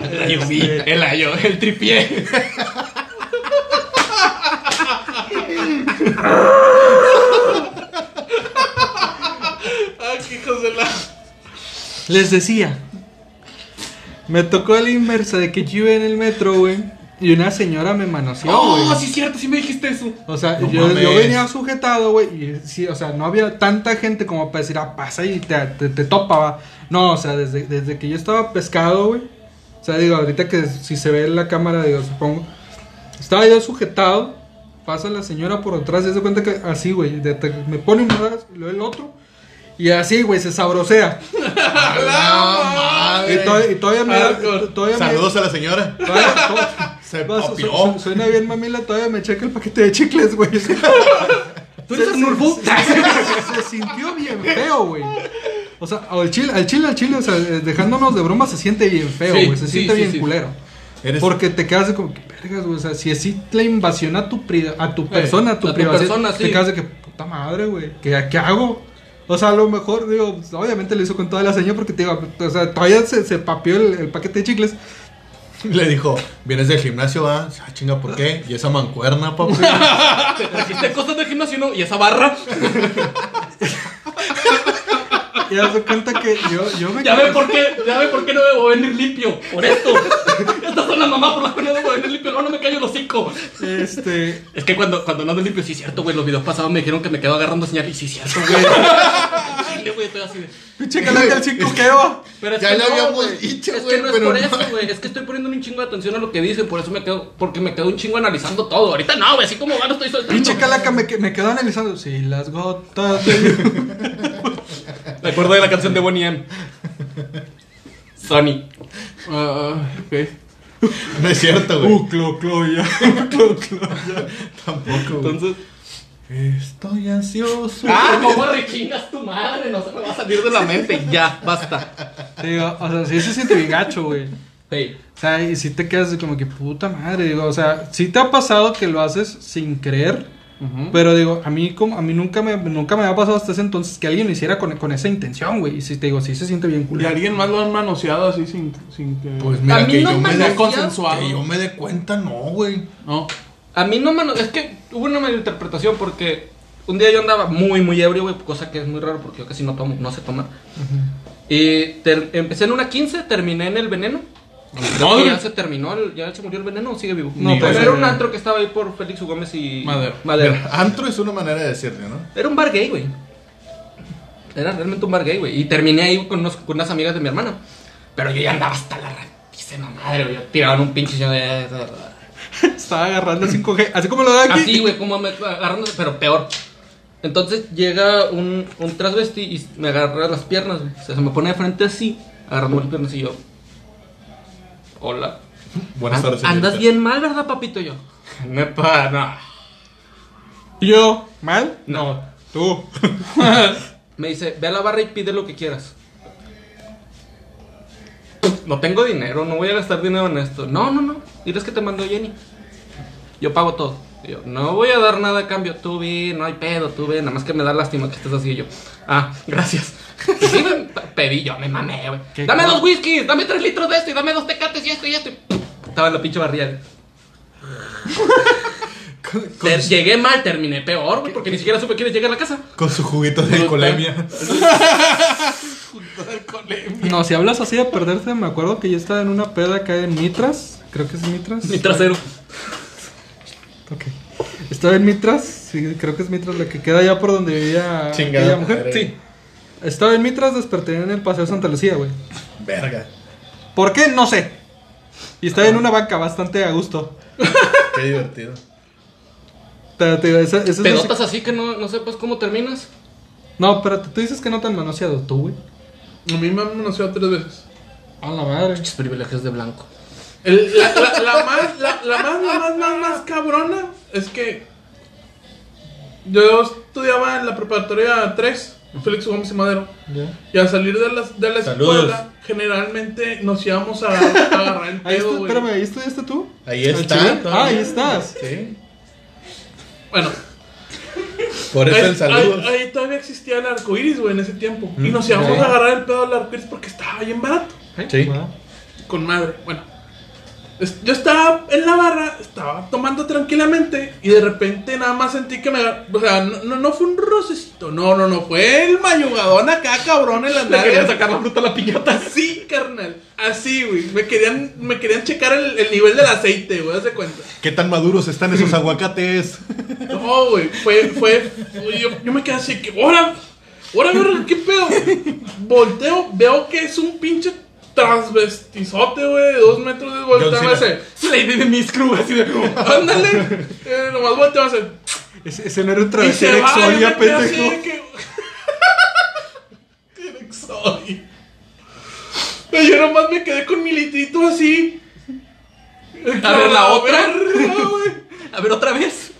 El ayo, el ayo, el tripié.
Ah, qué hijos de la.
Les decía, me tocó la inversa de que yo iba en el metro, güey, y una señora me manoseó, güey.
Oh, sí, es cierto, sí me dijiste eso.
O sea,
No
yo, yo
mames.
venía sujetado, güey, y sí, o sea, no había tanta gente como para decir, ah, pasa y te, te, te topa, va. No, o sea, desde, desde que yo estaba pescado, güey. O sea, digo, ahorita que si se ve en la cámara, digo, supongo. Estaba yo sujetado, pasa la señora por atrás, y se cuenta que así, güey, de- te- me pone un brazo y luego el otro. Y así, güey, se sabrosea.
La
Ah, Y,
madre.
todavía- y todavía me...
Hardcore.
Todavía me-
Saludos a la señora.
todavía- to-
Se
Vas, su-
papió.
su- suena bien, mamila. Todavía me checa el paquete de chicles,
(laughs)
güey.
¿Tú eres
Se-
Arnulfo?
se- se- Se sintió bien feo, güey. O sea, al chile, al chile, al chile, o sea, eh, dejándonos de broma, se siente bien feo,
Sí,
güey. se
sí,
siente
sí,
bien
sí.
culero.
Eres-
Porque te quedas de como que vergas, güey. O sea, si es sí la invasión a tu, pri- a tu persona, a tu
Eh, a tu
privacidad,
persona,
te
sí.
quedas de que puta madre, güey. ¿Qué, qué hago? O sea, a lo mejor, digo, pues, obviamente lo hizo con toda la seña porque te digo, o sea, todavía se, se papió el, el paquete de chicles.
Le dijo, vienes del gimnasio, ah, ah, chinga, ¿por qué? Y esa mancuerna,
(laughs)
papi.
Te trajiste cosas del gimnasio ¿no? y esa barra.
Y haz de cuenta que yo, yo me
Ya
quedé-
ve por qué, ya ve por qué no debo venir limpio. Por esto. Estas son las mamás por las que no debo venir limpio. No, no me callo el hocico.
Este,
Es que cuando, cuando no ando limpio, sí es cierto, güey. Los videos pasados me dijeron que me quedo agarrando señal. Y sí es cierto,
(laughs)
güey. Chile, güey, estoy así de-
pinche calaca el chico que va.
Pero es
Ya
que
lo
no,
habíamos
güey.
dicho,
Es
güey,
que no es
pero
por
no.
eso, güey. Es que estoy poniendo un chingo de atención a lo que dicen. Por eso me quedo. Porque me quedo un chingo analizando todo. Ahorita no, güey. Así como van, estoy soltando.
Pinche calaca me, que- me quedó analizando. Sí, las gotas. de-
Me acuerdo de la canción de Bonnie M. Sony.
Ah, ok.
No es cierto,
(laughs)
güey.
Uh, clo, clo, ya. Clo, clo.
Tampoco, güey.
Entonces.
Estoy ansioso.
Ah, ¿cómo rechingas tu madre? No se me va a salir de
(laughs)
la mente. Ya, basta.
Te digo, o sea, sí se siente bien gacho, güey.
Hey.
O sea, y si te quedas como que puta madre, digo, o sea, si te ha pasado que lo haces sin creer, pero digo, a mí como a mí nunca me nunca me había pasado hasta ese entonces que alguien lo hiciera con, con esa intención, güey. Y si te digo, sí se siente bien
pues, Y
culero.
alguien más lo han manoseado así sin, sin que.
Pues mira,
A mí
que,
no
yo me
me
sea
dé,
nació-
consensuado.
que yo me dé cuenta, no, güey.
No.
A mí no me. Es que hubo una malinterpretación porque un día yo andaba muy, muy ebrio, güey. Cosa que es muy raro porque yo casi no tomo, no sé tomar. Y ter- empecé en una 15, terminé en el veneno.
No,
Y
güey.
ya se terminó, el- ya se murió el veneno, sigue vivo.
No,
No, pero
pues,
era
eh,
un antro que estaba ahí por Félix U. Gómez y.
Madero.
Mira, antro es una manera de decirle, ¿no?
Era un bar gay, güey. Era realmente un bar gay, güey. Y terminé ahí con, unos- con unas amigas de mi hermana. Pero yo ya andaba hasta la rantísima madre, güey. Yo tiraba en un pinche. yo de-
Estaba agarrando 5G, así como lo da aquí.
Así, güey, como me agarrándose, pero peor. Entonces llega un, un transvesti y me agarra las piernas, güey. O sea, se me pone de frente así, agarrándome las piernas y yo. Hola.
Buenas tardes. señorita.
Andas bien mal, ¿verdad, papito? (laughs) Yo.
Neta, no. ¿Yo? ¿Mal? No. Tú.
Me dice, ve a la barra y pide lo que quieras. No tengo dinero, no voy a gastar dinero en esto. No, no, no. Diles que te mandó Jenny. Yo pago todo. Y yo, no voy a dar nada a cambio. Tú vi, no hay pedo, tú ve. Nada más que me da lástima que estés así. Y yo, ah, gracias. (laughs) Y sí, güey, pedí yo, me mamé, güey.
Qué
Dame
guapo.
dos whiskies, dame tres litros de esto y dame dos tecates y esto y esto. Y Estaba en la pinche barrial.
Con, con-
Ter- llegué mal, terminé peor, güey, porque ni siquiera supe quién llegué a la casa.
con su juguito de colemia.
No, si hablas así de perderte, me acuerdo que yo estaba en una peda acá en Mitras. Creo que es Mitras.
Mi trasero.
Ok. Estaba en Mitras. Sí, creo que es Mitras la que queda allá por donde vivía
Chingada
aquella mujer.
madre.
Sí. Estaba en Mitras, desperté en el Paseo Santa Lucía, güey.
Verga.
¿Por qué? No sé. Y estaba en una banca bastante a gusto.
Qué divertido.
Te- te digo, esa- esa es la
Pedotas así que no, no sepas cómo terminas.
No, pero tú dices que no te han manoseado tú, güey.
A mí me han manoseado tres veces.
A la madre.
Muchos privilegios de blanco.
El- la, la- la más, la, la más, la más, más, más cabrona es que yo estudiaba en la preparatoria 3, Félix Gómez y Madero.
Ya.
Y al salir de la, de la
Saludos.
escuela, generalmente nos íbamos a, a agarrar el
(laughs) Ahí está,
pedo, güey.
espérame, ahí estudiaste tú.
Ahí
¿Al
está.
Chile? Ah,
todavía.
ahí estás.
Sí.
Bueno,
Por
ahí,
eso el saludo.
ahí- ahí todavía existía el arco iris, güey, en ese tiempo. Y nos
Mm,
íbamos
ok.
a agarrar el pedo del arco iris porque estaba bien barato.
Sí.
Ah.
Con madre, bueno. Es- Yo estaba en la barra, estaba tomando tranquilamente y de repente nada más sentí que me... agar- O sea, no, no, no fue un rocecito, no, no, no, fue el mayugadón acá, cabrón, en las
(laughs) Le quería
nalgas.
sacar la fruta a la piñata.
Así, carnal, así, güey. Me querían, me querían checar el, el nivel del aceite, güey, haz de cuenta.
¿Qué tan maduros están
(laughs)
esos aguacates?
No, güey, fue, fue, fue- yo, yo me quedé así, que, ahora, ahora, verga, qué pedo. Volteo, veo que es un pinche transvestizote, güey, de dos metros de volteo,
John
me
Cena.
hace,
Lady de mis crew, así de.
oh.
(laughs)
ándale, eh, nomás volteo, me hace,
Ese, ese no era un
y se
travesero
va, y
exodia,
me quedé así
pendejo.
de que, (laughs) Erexodia. Y yo nomás me quedé con mi litrito así.
A ver, la otra.
verga, güey.
A ver, otra vez.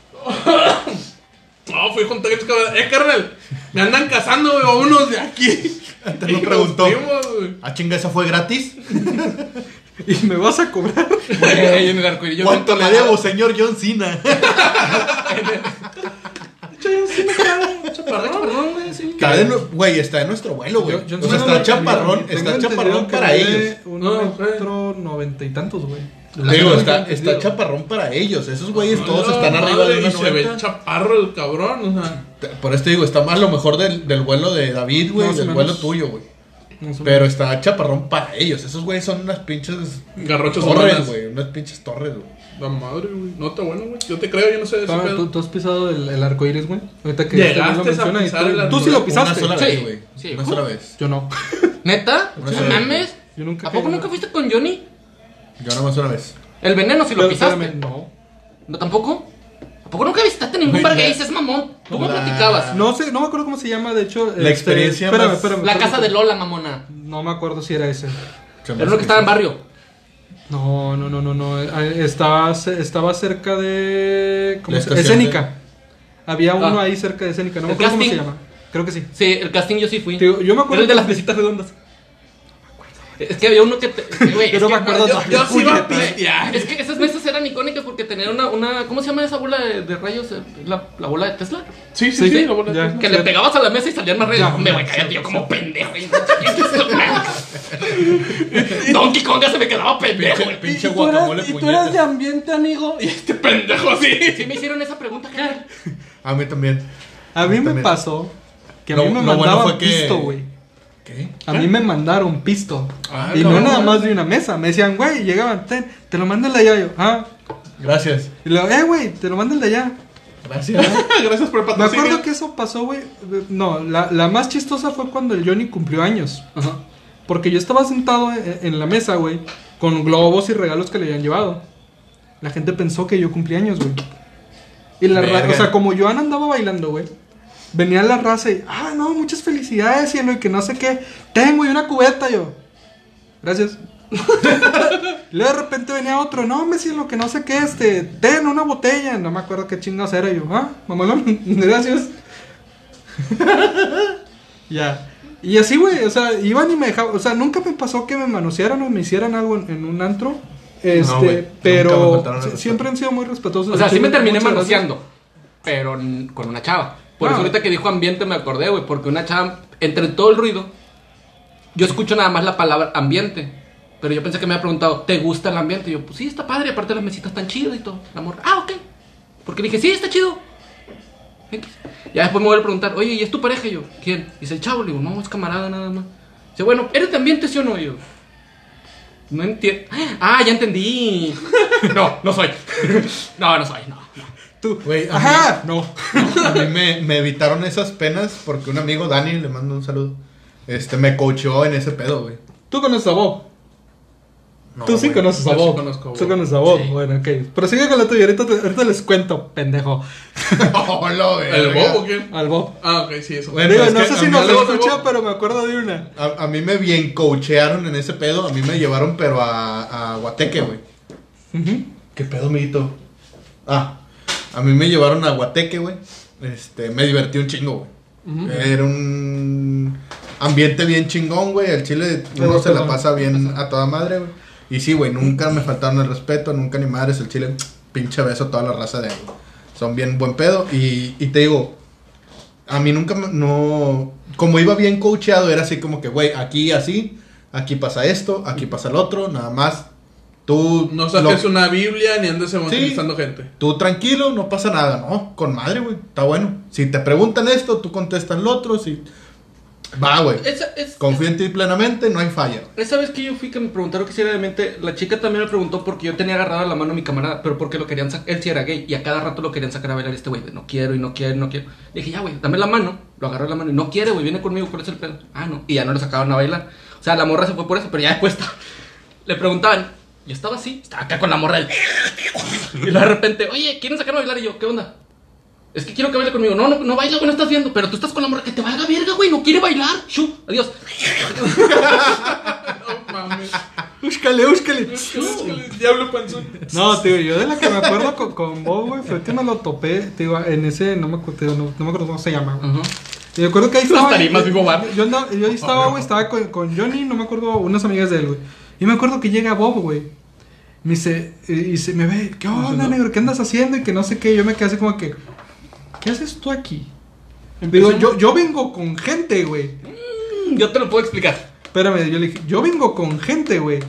No, fui junto con cabrón. Eh, carnal, me andan cazando, güey, a unos de aquí.
Te lo
Y nos
Este preguntó.
fuimos, güey.
Ah, chinga, esa fue gratis.
Y me vas a cobrar.
Güey, en el arco iris, yo
¿Cuánto
nunca
le debo, señor John Cena?
Che, sí
(laughs)
me cago,
Perdón,
chaparrón.
perdón, güey, sí.
Está de nu- Güey, está en nuestro vuelo, güey.
Yo- yo
o sea,
no
está
lo-
chaparrón,
tengo
está
entendido
chaparrón
que
para
fue
ellos.
Un
No, ok.
metro noventa y tantos, güey.
Digo,
Yo
está,
tengo
está
entendido.
chaparrón para ellos. Esos güeyes todos
No,
están arriba
madre,
de una
Y se ve
noventa.
el chaparro el cabrón, o sea.
Te- Por esto digo, está más lo mejor del, del vuelo de David, güey,
Más o
del
menos.
vuelo tuyo, güey.
No sé.
Pero está chaparrón para ellos. Esos güeyes son unas pinches
Garrochos
torres,
humanas.
güey. Unas pinches torres, güey.
La madre, güey. No está bueno, güey. Yo te creo, yo no sé de ese
Pablo, Ah, ¿tú,
pedo.
tú has pisado el, el arco iris, güey. Ahorita que
Llegaste
también
a
menciona y
pisar
tú-
el arco
Tú sí
iris.
lo
Una
pisaste.
sola
Sí,
vez, güey.
sí.
Una sola vez.
Yo no.
¿Neta?
No
¿Sí,
sé.
mames?
Yo nunca
¿A poco
caí,
nunca
güey.
fuiste con Johnny?
Yo nada más una vez.
El veneno si lo
Pero,
pisaste.
espérame, no.
¿No tampoco? ¿A poco nunca visitaste ningún
Güey,
bar
la-
gay? Es mamón. ¿Tú cómo
la-
platicabas?
No sé, no me acuerdo cómo se llama, de hecho. este,
La experiencia
Espérame,
más-
espérame.
La
espérame.
casa de Lola, mamona.
No me acuerdo si era ese.
Se me
Era
hace
uno que estaba en barrio.
No, no, no, no, no. eh, Estaba, ce- estaba cerca de. ¿Cómo
La
se llama?
estación de-
Escénica. Había uno
Ah.
ahí cerca de Escénica. No me
¿El
acuerdo cómo se
casting?
llama. Creo que sí.
Sí, el casting yo sí fui.
Tío, yo me acuerdo-
Era el de las mesitas redondas. Es que había uno que. te-
(laughs)
Güey,
Yo
es
no
que-
me acuerdo
Yo, yo sí iba a
Puñetas.
pistear.
Es que esas mesas eran icónicas porque tenían una, una ¿cómo se llama esa bola de, de rayos? Eh, La, la bola de Tesla.
Sí,
Sí,
sí, sí.
sí,
la bola de
ya.
Tesla.
Que le pegabas a la mesa y salían más
Ya,
rayos. Me voy a
ya,
callar, yo como pendejo. (laughs) Donkey Kong ya se me quedaba pendejo. (laughs)
Pinche, pinche guacamole puñetas.
ambiente, amigo. Y este pendejo,
Sí
sí.
me hicieron esa pregunta, cara.
A mí también.
A mí me
También.
pasó que a
Lo-
mí me
lo bueno
mandaban
fue que-
pisto, güey.
¿Qué?
A mí me mandaron pisto.
Ah,
y no
cabrón.
nada más de una mesa. Me decían, güey, llegaban, ten, te lo manda el de allá. Yo, ah.
Gracias.
Y luego, eh, güey, te lo manda el de allá.
Gracias.
(laughs) Gracias por el
Me
patrocinio.
acuerdo que eso pasó, güey. No, la, la más chistosa fue cuando el Johnny cumplió años.
Ajá.
Porque yo estaba sentado en, en la mesa, güey, con globos y regalos que le habían llevado. La gente pensó que yo cumplí años, güey. Y la raza,
Verga.
o sea, como Joan andaba bailando, güey, venía la raza y, ah, no, muchas felicidades, cielo, y que no sé qué. Tengo y una cubeta, yo. Gracias. Luego de repente venía otro, no, me lo que no sé qué, este, ten una botella, no me acuerdo qué chingados era. Y yo, ah, mamalón, (laughs) gracias. ya. Y así, güey, o sea, iban y me dejaban, o sea, nunca me pasó que me manosearan o me hicieran algo en, en un antro. Este,
güey, nunca me
pero
faltaron el
si-
respeto.
siempre han sido muy respetuosos.
O sea, sí me terminé
Muchas gracias.
manoseando, pero n- con una chava. Por
Ah.
eso ahorita que dijo ambiente me acordé, güey, porque una chava, entre todo el ruido, yo escucho nada más la palabra ambiente. Pero yo pensé que me había preguntado, ¿te gusta el ambiente? Y yo, pues sí, está padre, aparte las mesitas están chidas y todo. La morra, ah, ok. Porque le dije, sí, está chido. X. Ya después me voy a preguntar, oye, ¿y es tu pareja? Y yo, ¿quién? Dice el chavo, le digo, no, es camarada nada más. Dice, bueno, ¿eres de ambiente sí o no? Y yo, no entiendo. Ah, ya entendí. (laughs) No, no soy. (laughs) No, no soy, no.
Tú,
Güey, a
ajá, no.
A mí me, me evitaron esas penas porque un amigo, Dani, le mando un saludo. Este, me coachó en ese pedo, güey.
Tú conoces a Bob.
No,
Tú sí
güey.
conoces a
yo sí
Bob.
conozco a Bob.
Tú conoces a Bob.
Sí.
Bueno, ok. Prosigue con la tuya. Ahorita, te- ahorita les cuento, pendejo.
(laughs) No, lo, güey.
¿El Bob o quién?
Al Bob.
Ah, ok, sí, eso.
Bueno,
Digo,
es
no
que
sé
a
si
mí
nos
luego
se
escucha,
bo-
pero me acuerdo de una.
A, a mí me bien coachearon en ese pedo. A mí me llevaron, pero a, a Guateque, güey.
Ujú.
¿Qué pedo, amiguito? Ah, a mí me llevaron a Guateque, güey. Este, me divertí un chingo, güey. Era un ambiente bien chingón, güey. El chile uno
Pero,
se la
perdón.
pasa bien a toda madre, güey. Y sí, güey, nunca me faltaron el respeto, nunca ni madres. El chile, pinche beso a toda la raza de Son bien buen pedo. Y, y te digo, a mí nunca me- no. Como iba bien coacheado, era así como que, güey, aquí así, aquí pasa esto, aquí pasa el otro, nada más. Tú
No
lo-
saques una Biblia ni andes evangelizando gente.
(laughs) Tú tranquilo, no pasa nada, ¿no? Con madre, güey, está bueno. Si te preguntan esto, tú contestas lo otro, si... Va, güey.
Esa, es,
Confío en ti plenamente, no hay falla.
esa vez que yo fui que me preguntaron que si era de mente, la chica también me preguntó porque yo tenía agarrada la mano a mi camarada, pero porque lo querían sacar, él sí era gay y a cada rato lo querían sacar a bailar este güey, de no quiero y no quiero y no quiero. Le dije, ya güey, dame la mano, lo agarró la mano y no quiere, güey, viene conmigo, ¿cuál es el pedo? Ah, no, y ya no lo sacaban a bailar. O sea, la morra se fue por eso, pero ya después ta- (laughs) le preguntaban, yo estaba así, estaba acá con la morra del... (laughs) Y luego de repente, oye, ¿quieren sacarme a bailar? Y yo, ¿qué onda? Es que quiero que baile conmigo. No, no, no baila, güey, no estás viendo. Pero tú estás con la morra que te valga verga, güey. No quiere bailar. Shu, adiós.
No mames.
Úscale, úscale.
Diablo panzón.
No, tío, yo de la que me acuerdo con, con Bob, güey, fue que me lo topé, tío, en ese, no me acuerdo, tío, no, no me acuerdo cómo se llama, güey.
Ajá.
Y me acuerdo que
(laughs)
ahí
Las
estaba.
tarimas, vivo bar.
Yo, andaba- yo ahí estaba, güey, estaba con, con Johnny, no me acuerdo, unas amigas de él, güey. Y me acuerdo que llega Bob, güey. Me dice, y y se me ve, ¿qué onda, negro? ¿Qué andas haciendo? Y que no sé qué. Yo me quedé así como que, ¿qué haces tú aquí? Digo, yo, yo vengo con gente, güey.
Mm, Yo te lo puedo explicar.
Espérame, yo le dije, yo vengo con gente, güey.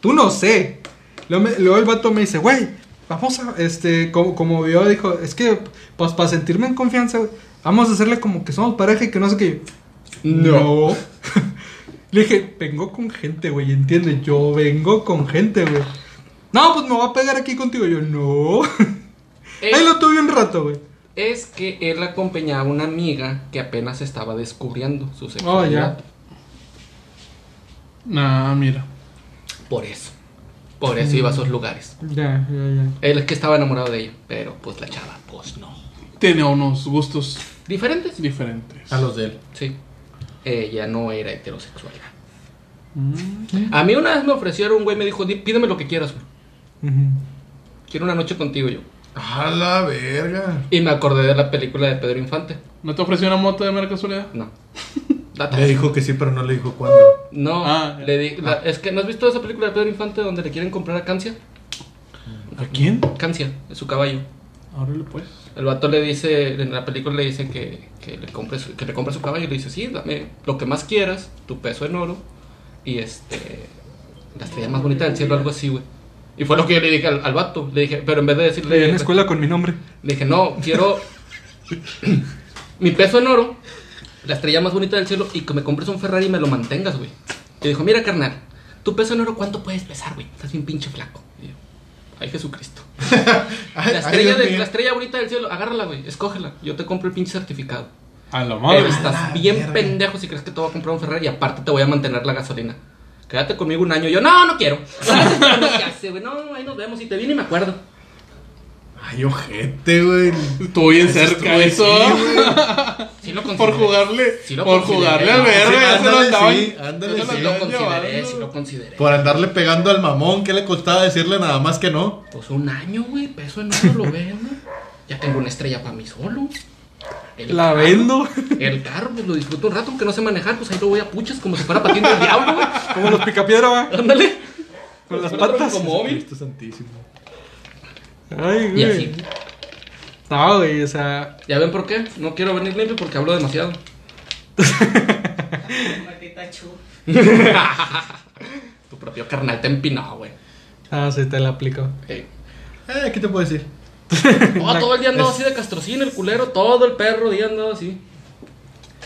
Tú no sé. Luego, me- luego el vato me dice, güey, vamos a, este, como, como vio, dijo, es que, pues para sentirme en confianza, güey, vamos a hacerle como que somos pareja y que no sé qué. Yo, No. (laughs) le dije, vengo con gente, güey, entiende, yo vengo con gente, güey. No, pues me voy a pegar aquí contigo. Yo, no. (laughs)
Es,
Ahí lo tuve un rato, güey.
es que él acompañaba a una amiga que apenas estaba descubriendo su
Oh,
sexualidad.
ya.
Nah, Ah, mira.
Por eso. Por eso iba a esos lugares.
Ya, ya, ya.
Él es que estaba enamorado de ella. Pero pues la chava, pues no.
Tiene unos gustos
¿Diferentes?
diferentes.
A los de él.
Sí. Ella no era heterosexual.
Mm.
A mí una vez me ofrecieron, güey, me dijo, "Di- pídeme lo que quieras, güey.
Ujú.
Quiero una noche contigo yo.
A la verga.
Y me acordé de la película de Pedro Infante.
¿No te ofreció una moto de mera casualidad?
No. Data.
Le dijo que sí, pero no le dijo cuándo.
No,
Ah,
le di- la- es que ¿no has visto esa película de Pedro Infante donde le quieren comprar a Cancia?
¿A quién?
Cancia, es su caballo.
Ábrele pues.
El vato le dice, en la película le dicen que, que le compre su, que le compre su caballo. Le dice, sí, dame lo que más quieras, tu peso en oro y este, la estrella más bonita del cielo, algo así, güey. Y fue lo que yo le dije al, al vato. Le dije, pero en vez de
Le di
decirle... "Pues,
una escuela con mi nombre.
Le dije, no, quiero (coughs) mi peso en oro, la estrella más bonita del cielo y que me compres un Ferrari y me lo mantengas, güey. Y dijo, mira, carnal, tu peso en oro, ¿cuánto puedes pesar, güey? Estás bien pinche flaco. Y yo, ay, Jesucristo.
Ay, ay,
La estrella,
Dios
de-
mío.
la estrella bonita del cielo, agárrala, güey, escógela. Yo te compro el pinche certificado.
A la
Pero
madre.
estás bien pendejo si crees que te voy a comprar un Ferrari y aparte te voy a mantener la gasolina. Quédate conmigo un año. Y Yo, no, no quiero. No, no, ya sé, güey, no, ahí nos vemos. Si te viene, me acuerdo.
Ay, ojete, güey.
Estuvo bien cerca
Estuve-
eso.
sí, güey.
Sí lo
por
consideré.
jugarle,
Sí lo
por
consideré,
jugarle
no,
al
sí,
verga, ya se lo
ándale,
andaban.
sí,
ya
ándale,
se lo
Sí
andaban
lo consideré,
llevando.
sí lo consideré.
Por andarle pegando al mamón, ¿qué le costaba decirle nada más que no?
Pues un año, güey, peso en oro lo vendo. Ya tengo una estrella para mí solo. El
La
carro-
vendo. (laughs)
El carro, pues lo disfruto un rato, aunque no sé manejar, pues ahí lo voy a puchas como si fuera patiendo el diablo, güey.
Como los picapiedra, va.
Ándale.
Con las
Un
patas.
automóvil.
Cristo santísimo.
Ay,
Y así.
güey. No, güey, o sea.
¿Ya ven por qué? No quiero venir limpio porque hablo demasiado.
Maldita chu.
(laughs) Tu propio carnal te empinó, güey.
Ah, sí, te la aplico.
Ey.
Eh, ¿qué te puedo decir?
Oh, todo el día andaba así de castrocín, el culero, todo el perro día andaba así.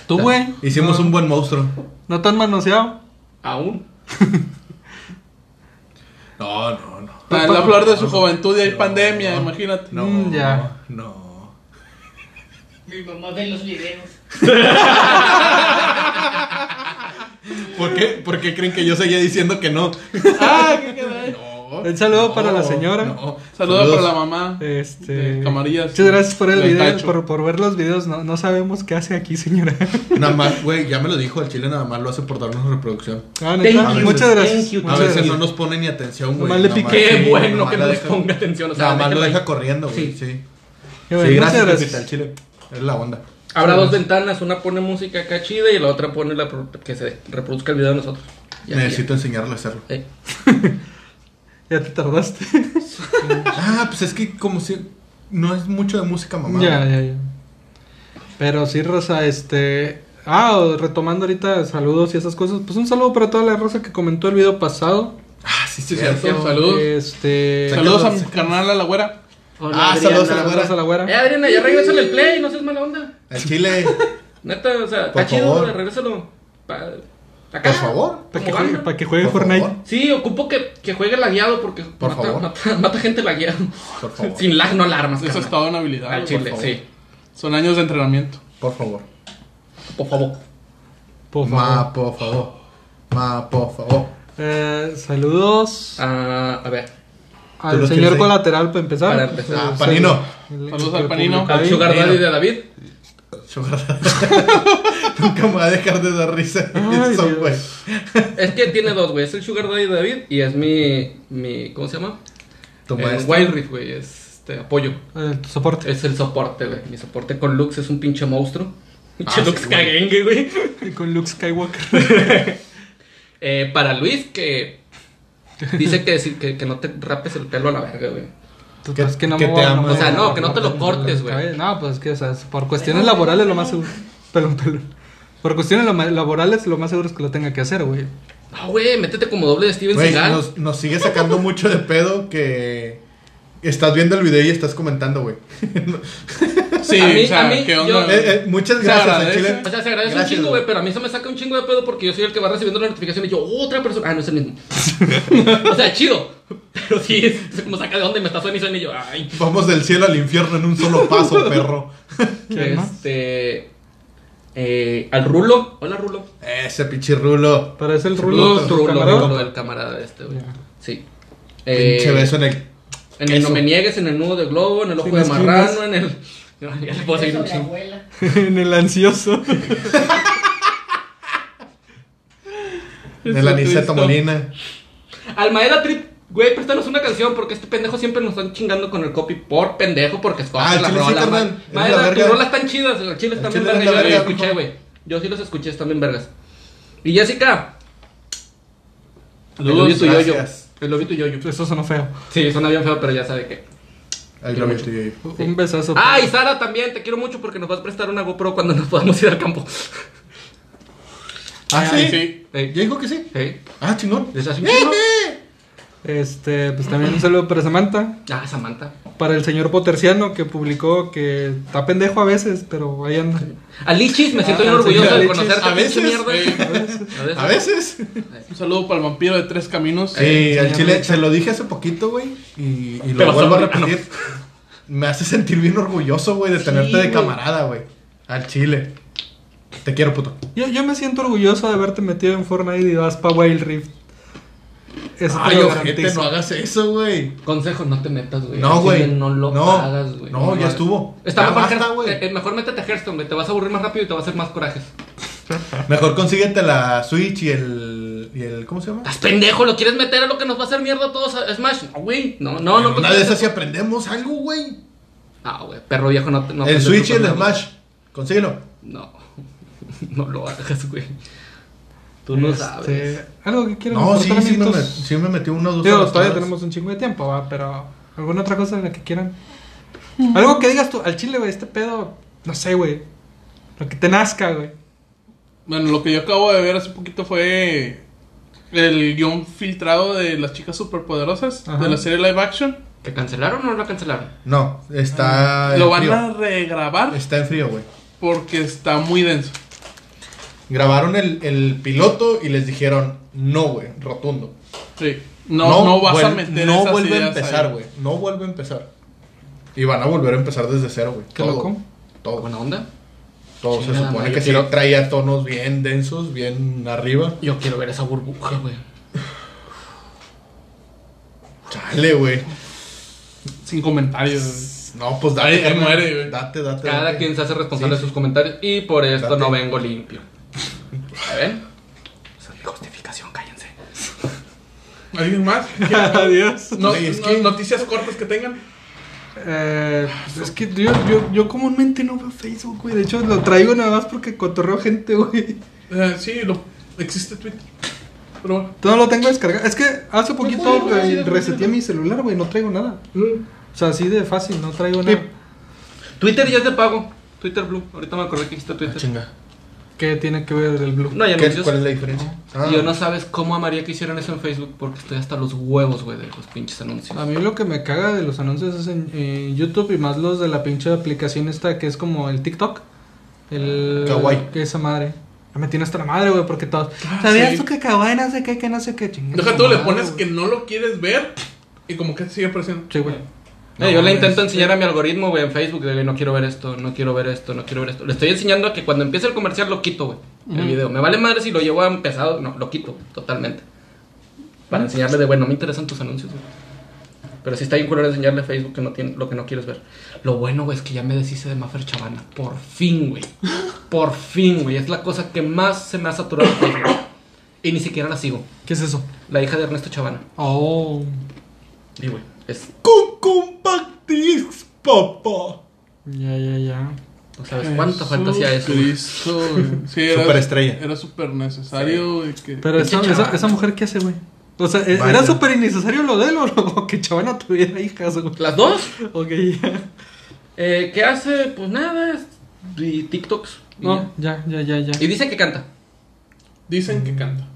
Tú, güey.
Hicimos
no,
un buen monstruo.
No tan manoseado.
Aún.
No, no, no.
Está en la flor de su juventud y hay pandemia, imagínate.
No,
Mm, ya.
no.
Mi mamá ve los videos.
(laughs) ¿Por qué? ¿Por qué creen que yo seguía diciendo que no?
Ah, qué caray.
No.
Un saludo para la señora.
Saludos
Saludos.
para la mamá.
Eh,
Este.
De camarillas.
Muchas gracias por el
Del
video,
tacho.
por, por ver los videos. No, no sabemos qué hace aquí, señora. (laughs)
Nada más, güey, ya me lo dijo, el chile nada más lo hace por darnos reproducción.
Ah, neta,
Thank you,
muchas gracias.
thank you.
A
muchas
veces
gracias.
no nos pone ni atención, güey.
Nomás le
Nada
pica.
más-
Qué
sí,
bueno
nomás
que
la
nos
deja-
ponga atención. O sea,
Nada más lo
déjenla
deja
ahí.
corriendo, güey.
Sí.
Sí.
Qué bueno, muchas
Sí, gracias,
gracias.
Capitán Chile. Es la onda.
Habrá dos ventanas, una pone música acá chida y la otra pone la pro- que se reproduzca el video de nosotros. Ya,
Necesito enseñarle a hacerlo.
ya. Ey.
Ya te tardaste.
Ah, pues es que como si no es mucho de música, mamá.
ya, ya, ya. Pero sí, Rosa, este. Ah, o retomando ahorita saludos y esas cosas. Pues un saludo para toda la Rosa que comentó el video pasado.
Ah, sí, sí,
Sí,
cierto.
cierto. Saludos.
Este.
Saca-
Saludos a mi carnal, a la güera.
Ah, saludos a la
Saludos a la
güera.
Eh,
güera.
Adriana, ya regrésale el play, no seas mala onda.
Al (laughs) chile,
Neta, o sea,
Por
está chido,
favor.
regrésalo. Pa- acá.
por favor.
Para que
Como
juegue,
banda.
pa' que juegue
Por
Fortnite.
favor.
Sí, ocupo que, que juegue lagueado porque
Por
mata,
favor.
Mata, (laughs) mata gente lagueado.
Por favor.
Sin lag no alarmas.
Eso
carnal.
es toda una habilidad.
Al
por
chile,
favor.
sí.
Son años de
(laughs)
entrenamiento.
Por favor.
Por favor.
Por favor.
Ma, por favor. Ma, por favor.
Eh, saludos
Ah, a ver.
¿Tú
al
los quieres
señor
ahí?
colateral para empezar.
Para empezar.
Ah,
Sí,
Panino.
el- el
Saludos al Panino.
público
Al
ahí.
Sugar Daddy
mira.
de David.
Sugar Daddy. (laughs) Nunca me va a dejar de dar risa.
Ay,
Eso,
Dios.
güey.
Es que tiene dos, güey. Es el Sugar Daddy de David y es mi. mi ¿Cómo se llama?
Tu
El
maestro.
Wild Rift, güey. Es este, apoyo.
Eh, tu soporte.
Es el soporte, güey. Mi soporte con Lux es un pinche monstruo. Pinche
Ah, sí,
Lux
güey.
cagengue, güey.
Con Luke Skywalker.
Eh, para Luis, que. Dice que, sí- que, que no te rapes el pelo a la verga, güey.
Tú,
Que-
pues, no
que
me
te
voy a-
amo.
me
O sea,
voy a
no, que no te lo
cortar
cortes,
el
güey.
cabello. No, pues es que, o sea, es por cuestiones laborales lo más seguro. (laughs) Pelón, pelón. Por cuestiones lo ma- laborales lo más seguro es que lo tenga que hacer, güey.
No, güey, métete como doble de Steven
Güey,
Seagal.
nos, nos sigue sacando mucho de pedo que estás viendo el video y estás comentando, güey.
Sí,
A mí-
o sea,
a mí,
¿qué
yo-
onda? güey?
Eh, eh, muchas
Se
gracias al
agradece.
chile.
O sea, se agradece
Gracias,
un chingo, güey,
güey.
pero a mí se me saca un chingo de pedo porque yo soy el que va recibiendo la notificación y yo, otra persona. Ah, no es
(laughs)
el mismo. o sea, chido. Pero sí, es como saca de dónde me está suena y suena y yo, ay.
Vamos del cielo al infierno en un solo
(laughs)
paso, perro.
¿Quién más?
Este. Eh, al Rulo. Hola, Rulo.
Ese pichirrulo.
Pero es el rulo.
Rulo,
tu
Rulo,
camarada.
Rulo, el camarada este, güey.
Ya.
Sí.
Pinche
Eh,
beso en el.
en el No
queso.
Me Niegues, en el Nudo de Globo, en el Ojo
Sí,
de
me
Marrano, en el. (laughs) No, ya le puedo seguir un
Eso de
chingo.
abuela.
(laughs) en el
(laughs)
ansioso.
En el Aniceto
Jesucristo.
Molina.
Almaeda Trip, güey, préstanos una canción porque este pendejo siempre nos están chingando con el copy por pendejo porque escoge
Ah, el
la
chile sí,
rola.
carnal,
ma-
es la
Maeda,
verga.
tus rolas están chidas, los chiles
El
también
chile es
vergas.
la
Yo los
verga,
escuché,
mijo.
güey. Yo sí los escuché, están bien vergas. Y Jessica, el lobby
Saludos.
tu yoyo.
gracias.
El lobby tu yoyo.
Eso sonó feo.
Sí, suena bien feo, pero ya sabe que.
Ahí
Quiero
lo vi,
mucho.
estoy ahí.
Un besazo.
Ah, y Sara también, te quiero mucho porque nos vas a prestar una GoPro cuando nos podamos (laughs) ir al campo.
Ah,
Ay,
sí.
sí.
Ey,
Ya dijo que sí.
ey,
Ah, chingón.
¿les hace
(laughs)
un chingo?
Este, pues también un saludo para Samantha.
Ah, Samantha.
Para el señor Poterciano que publicó que está pendejo a veces, pero ahí anda.
Alichis, me siento
Ah,
bien
sí,
orgulloso de
Alichis.
conocerte,
A
pinche
veces,
mierda.
A veces. Eh,
Un saludo para el vampiro de tres caminos.
Sí, al
señor
chile
Luis.
se lo dije hace poquito, güey. Y, y lo
Pero
vuelvo a
sobre- ah, no.
repetir. Me hace sentir bien orgulloso, güey, de tenerte de
güey.
camarada, güey. Al chile. Te quiero, puto.
Yo, yo me siento orgulloso de haberte metido en Fortnite y vas para Wild Rift. Eso
Ay,
te lo
gente,
garantizo.
no hagas eso, güey.
Consejo, no te metas, güey.
No,
Al
güey.
chile No lo
No.
hagas, güey.
No, ya
lo hagas.
estuvo.
Está
Ya
mejor,
basta,
Hearth-
güey.
eh, eh, mejor métete a Hearthstone, güey. Te vas a aburrir más rápido y te va a hacer más corajes.
Mejor consíguete la Switch y el. Y el ¿Cómo se llama?
Estás pendejo, lo quieres meter a lo que nos va a hacer mierda a todos a Smash. No, güey. No, no, no.
Una
no-
de esas si aprendemos algo, güey.
Ah, güey, perro viejo no. no
el
aprendes
Switch y el
nunca, güey.
Smash. Consíguelo.
No. (laughs) No lo hagas, güey. Tú no
Este,
sabes.
Algo que quieran
No, sí,
aportar,
sí me,
amiguitos?
met- sí me metí uno o dos.
Digo,
horas
todavía
todas.
tenemos un chingo de tiempo, va, pero alguna otra cosa de la que quieran. Algo que digas tú, al chile, güey, este pedo, no sé, güey. Lo que te nazca, güey.
Bueno, lo que yo acabo de ver hace poquito fue el guión filtrado de las chicas superpoderosas
Ajá.
de la serie live action.
¿Te cancelaron o no la cancelaron?
No,
Ah.
está. en
Lo van
frío.
a regrabar
Está en frío, güey.
porque está muy denso.
Grabaron el, el piloto y les dijeron, no, güey, rotundo.
Sí. No, no, vas a
vuel-
meter
No
esas
vuelve a
ideas
empezar,
ahí.
güey. No vuelve a empezar. Y van a volver a empezar desde cero, güey.
Qué
Todo,
loco.
Todo.
¿Buena onda?
todo se
Chingada
supone
madre,
que
yo
sí
quiero-
traía tonos bien densos, bien arriba.
Yo quiero ver esa burbuja, güey.
Chale, güey.
Sin comentarios.
No, pues date.
Ahí- ahí
carnal.
muere, güey.
Date, date.
Cada
date.
quien se hace responsable
Sí,
de sus comentarios y por esto
Date.
no vengo limpio. ¿Ya ven? Esa es mi justificación, cállense.
¿Alguien más?
(laughs)
(laughs)
Adiós.
No,
Güey, es
no-
que-
Noticias cortas que tengan.
Eh, es que yo, yo, yo comúnmente no veo Facebook, güey. De hecho, lo traigo nada más porque cotorreo gente, güey.
Eh, sí, lo, existe Twitter. Pero bueno.
Todo lo tengo descargado. Es que hace
Pues
poquito
güey,
güey,
sí,
reseteé mi celular, güey. No traigo nada. O sea, así de fácil, no traigo nada.
Twitter ya es de pago. Twitter Blue. Ahorita me acordé que existe
Ah,
Twitter.
Chinga.
¿Qué tiene que ver el blue?
No hay
¿Qué-
anuncios.
¿Cuál es la diferencia? Ah,
Y yo no sabes cómo amaría que hicieran eso en Facebook porque estoy hasta los huevos, güey, de los pinches anuncios.
A mí lo que me caga de los anuncios es en, en YouTube y más los de la pinche aplicación esta que es como el TikTok. El
Kawaii.
Que esa madre. Ya me tiene hasta la madre, güey, porque todos. ¿Sabías
Ah, sí.
tú que Kawaii no sé qué, que no sé qué? Chinga
Deja
tu
tú, le
madre,
pones
güey.
que no lo quieres ver y como que sigue apareciendo.
Sí, güey.
Eh, yo le intento enseñar a mi algoritmo, güey, en Facebook, de, güey, no quiero ver esto, no quiero ver esto, no quiero ver esto. Le estoy enseñando a que cuando empiece el comercial lo quito, güey, el video. Me vale madre si lo llevo a empezado, no, lo quito totalmente. Para enseñarle de, güey, no me interesan tus anuncios, güey. Pero sí está bien culero enseñarle a Facebook que no tiene, lo que no quieres ver. Lo bueno, güey, es que ya me deshice de Maffer Chavana. Por fin, güey. Por fin, güey. Es la cosa que más se me ha saturado. güey. Y ni siquiera la sigo.
¿Qué es eso?
La hija de Ernesto Chavana.
Oh.
Y, güey, es...
Con compactis, papá.
Ya, ya, ya.
No sabes cuánta falta hacía eso, güey.
Jesucristo, güey. Sí, era,
Superestrella.
Era súper necesario. güey, que-
Pero
Pinche
esa, esa,
chavana.
esa mujer, ¿qué hace, güey? O sea, ¿e-
Vaya.
¿era súper innecesario lo de él o no? (laughs) que Chavana tuviera hijas, güey?
¿Las dos?
Ok, ya.
Eh, ¿Qué hace? Pues nada, es- y TikToks. Y,
No, ya, ya, ya, ya.
ya. Y dice que canta.
Dicen que canta.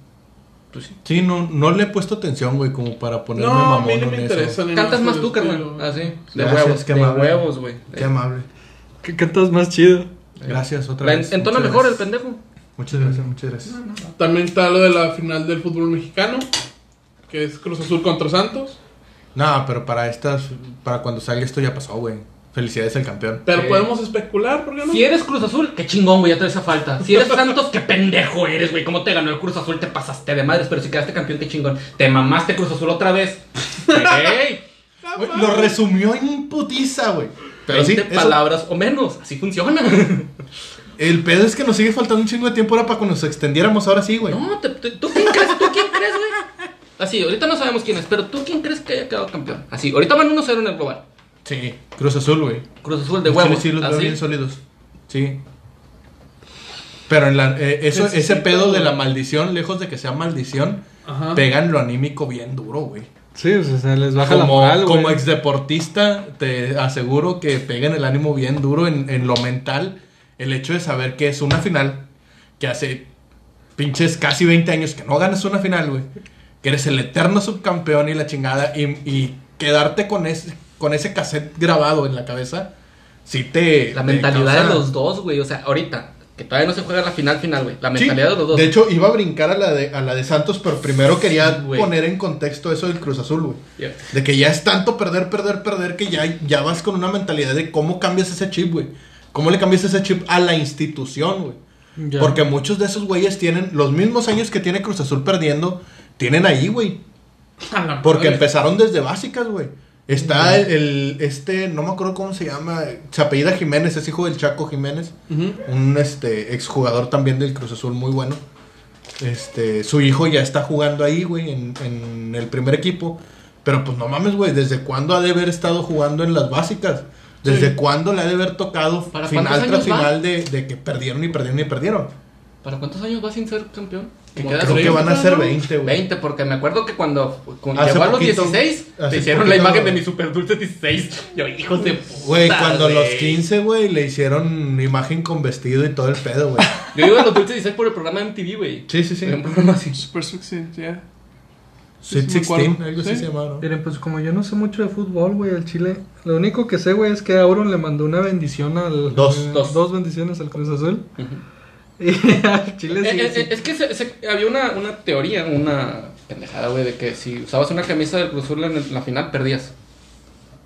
Pues sí.
Sí, no, no le he puesto atención, güey, como para ponerme
No, a
mamón
mí no
en
me
eso.
interesa. ni
Cantas
nada
más
por
tú,
el
carnal.
estilo.
Ah, Así. De
Gracias,
huevos.
qué
de
amable.
huevos, güey.
Qué
Eh,
amable.
Que cantas más chido.
Gracias otra
la en-
vez.
entona
Muchas
mejor el
gracias.
pendejo.
Muchas gracias, muchas gracias.
También está lo de la final del fútbol mexicano, que es Cruz Azul contra Santos.
No, pero para estas, para cuando salga esto ya pasó, güey. Felicidades al campeón.
Pero
Sí.
podemos especular, ¿por qué no?
Si eres Cruz Azul, qué chingón, güey, ya te esa falta. Si eres Santos, qué pendejo eres, güey. ¿Cómo te ganó el Cruz Azul? Te pasaste de madres, pero si quedaste campeón, qué chingón. Te mamaste Cruz Azul otra
(laughs)
vez. ¡Ey!
Güey, lo resumió en putiza, güey. Pero sí,
20
eso-
palabras o menos. Así funciona.
el pedo es que nos sigue faltando un chingo de tiempo ahora para que nos extendiéramos ahora sí, güey.
No, te- te- ¿tú quién crees? ¿Tú quién crees, güey? Así, ahorita no sabemos quién es, pero ¿tú quién crees que haya quedado campeón? Así, ahorita van 1-0 en el global.
Sí, Cruz Azul, güey.
Cruz Azul de
Sí,
huevos. ¿Ah,
Sí, los veo
así.
bien sólidos. Sí. Pero en la- eh, eso,
Necesito-
ese pedo de la maldición, lejos de que sea maldición,
Ah.
Ajá.
pegan lo anímico bien duro, güey.
Sí, o sea, les baja la
Como,
moral, güey.
como exdeportista, te aseguro que pegan el ánimo bien duro en, en lo mental. El hecho de saber que es una final, que hace pinches casi 20 años que no ganas una final, güey. Que eres el eterno subcampeón y la chingada. Y, y quedarte con ese, con ese cassette grabado en la cabeza, sí te.
La
te
mentalidad
causa-
de los dos, güey. O sea, ahorita, que todavía no se juega la final final, güey. La
Sí,
mentalidad de los dos.
De hecho, iba a brincar a la de, a la de Santos, pero primero quería
güey.
poner en contexto eso del Cruz Azul, güey.
Yeah.
De que ya es tanto perder, perder, perder que ya, ya vas con una mentalidad de cómo cambias ese chip, güey. ¿Cómo le cambias ese chip a la institución, güey?
Ya.
Porque muchos de esos güeyes tienen los mismos años que tiene Cruz Azul perdiendo, tienen ahí, güey.
A la
Porque
madre.
empezaron desde básicas, güey. Está el, el- este, no me acuerdo cómo se llama, se apellida Jiménez, es hijo del Chaco Jiménez,
Ujú.
un este exjugador también del Cruz Azul muy bueno. Este, su hijo ya está jugando ahí, güey, en, en el primer equipo. Pero pues no mames, güey, ¿desde cuándo ha de haber estado jugando en las básicas? ¿Desde cuándo le ha de haber tocado
¿Para
final
cuántos
tras
años va?
final de, de que perdieron y perdieron y perdieron?
¿Para cuántos años va sin ser campeón?
Como
quedas
Creo que van a ser
¿no?
20, güey.
20, porque me acuerdo que cuando, cuando
Hace
llegó a los
poquito,
16,
hace
te hicieron la
poquito-
imagen de mi super dulce 16. (laughs) Yo, hijos de puta.
Güey, cuando
güey.
los 15, güey, le hicieron imagen con vestido y todo el pedo, güey.
Yo digo a los dulces 16 por el programa MTV, güey.
Sí, sí, sí.
Era Un programa así.
Super sexy, yeah.
Sweet
Sí, me acuerdo.
16, algo así
Sí.
se llamaba, ¿no?
Miren, pues como yo no sé mucho de fútbol, güey, al Chile, lo único que sé, güey, es que Auron le mandó una bendición al...
Dos.
eh,
Dos.
bendiciones al Cruz Azul.
Ujú.
(laughs) Y al Chile sí,
Eh, eh,
sí.
eh, Es que se- se- había una, una teoría, una pendejada, güey, de que si usabas una camisa del Cruz Azul en, el- la final, perdías.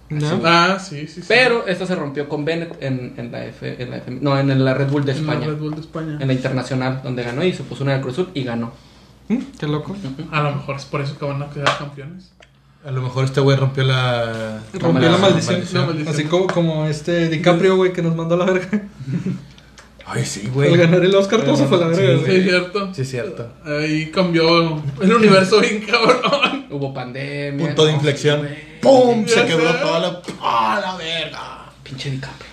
¿No?
Ah, sí, sí, sí.
Pero esta se rompió con Bennett en, en la F, en la F- no, en la Red Bull de
En la
España.
Red Bull de España.
En la internacional, donde ganó y se puso una del Cruz Azul y ganó.
Mm, Qué loco.
A lo mejor es por eso que van a quedar campeones.
A lo mejor este güey rompió la...
Rompió la
la
maldición.
maldición.
La maldición. Así como, como este DiCaprio, güey, que nos mandó a la verga.
Ay, sí,
Al
güey.
ganar el Oscar, todo se fue a la verga,
Sí,
güey.
Sí, es cierto.
Sí, es cierto.
Ahí cambió el universo bien cabrón. (laughs)
Hubo pandemia.
Punto de
no,
inflexión.
sí, güey.
¡Pum!
Ya
Se quebró
sé.
toda la... ¡Ah, la verga!
Pinche DiCaprio.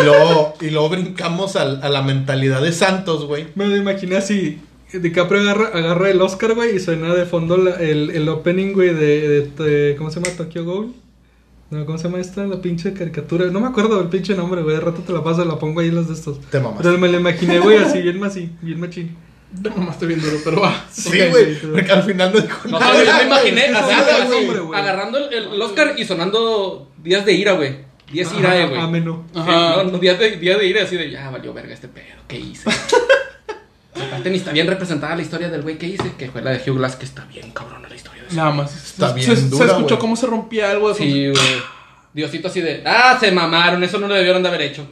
Y luego, y luego brincamos al- a la mentalidad de Santos, güey.
Me lo imaginé así. DiCaprio agarra, agarra el Oscar, güey, y suena de fondo la- el, el opening, güey, de, de- de- ¿Cómo se llama? Tokyo Ghoul. No, ¿cómo se llama esta? La pinche caricatura. No me acuerdo del pinche nombre, güey. De rato te la paso, la pongo ahí en las de estos.
Te mamas.
Pero me lo imaginé, güey, así, bien así, bien machín.
Nomás estoy bien duro, pero va.
Sí,
Ok,
güey.
sí,
Porque al final no dijo
No,
nada.
sé, yo me
güey.
imaginé
Eso
a
es
Santos,
un
güey,
hombre, güey.
agarrando el, el Oscar y sonando días de ira, güey. Días de ira, eh, güey.
Ameno.
Ajá.
Sí, no, no, días, de, días de ira así de ya valió verga este pedo, ¿qué hice? (laughs) Aparte ni está bien representada la historia del güey que hice, que fue la de Hugh Glass, que está bien cabrona la historia de ese.
Nada más.
Está
se,
bien
se- se
dura,
escuchó
güey.
cómo se rompía algo. de-
Sí, güey. Diosito así de, ah, se mamaron, eso no lo debieron de haber hecho.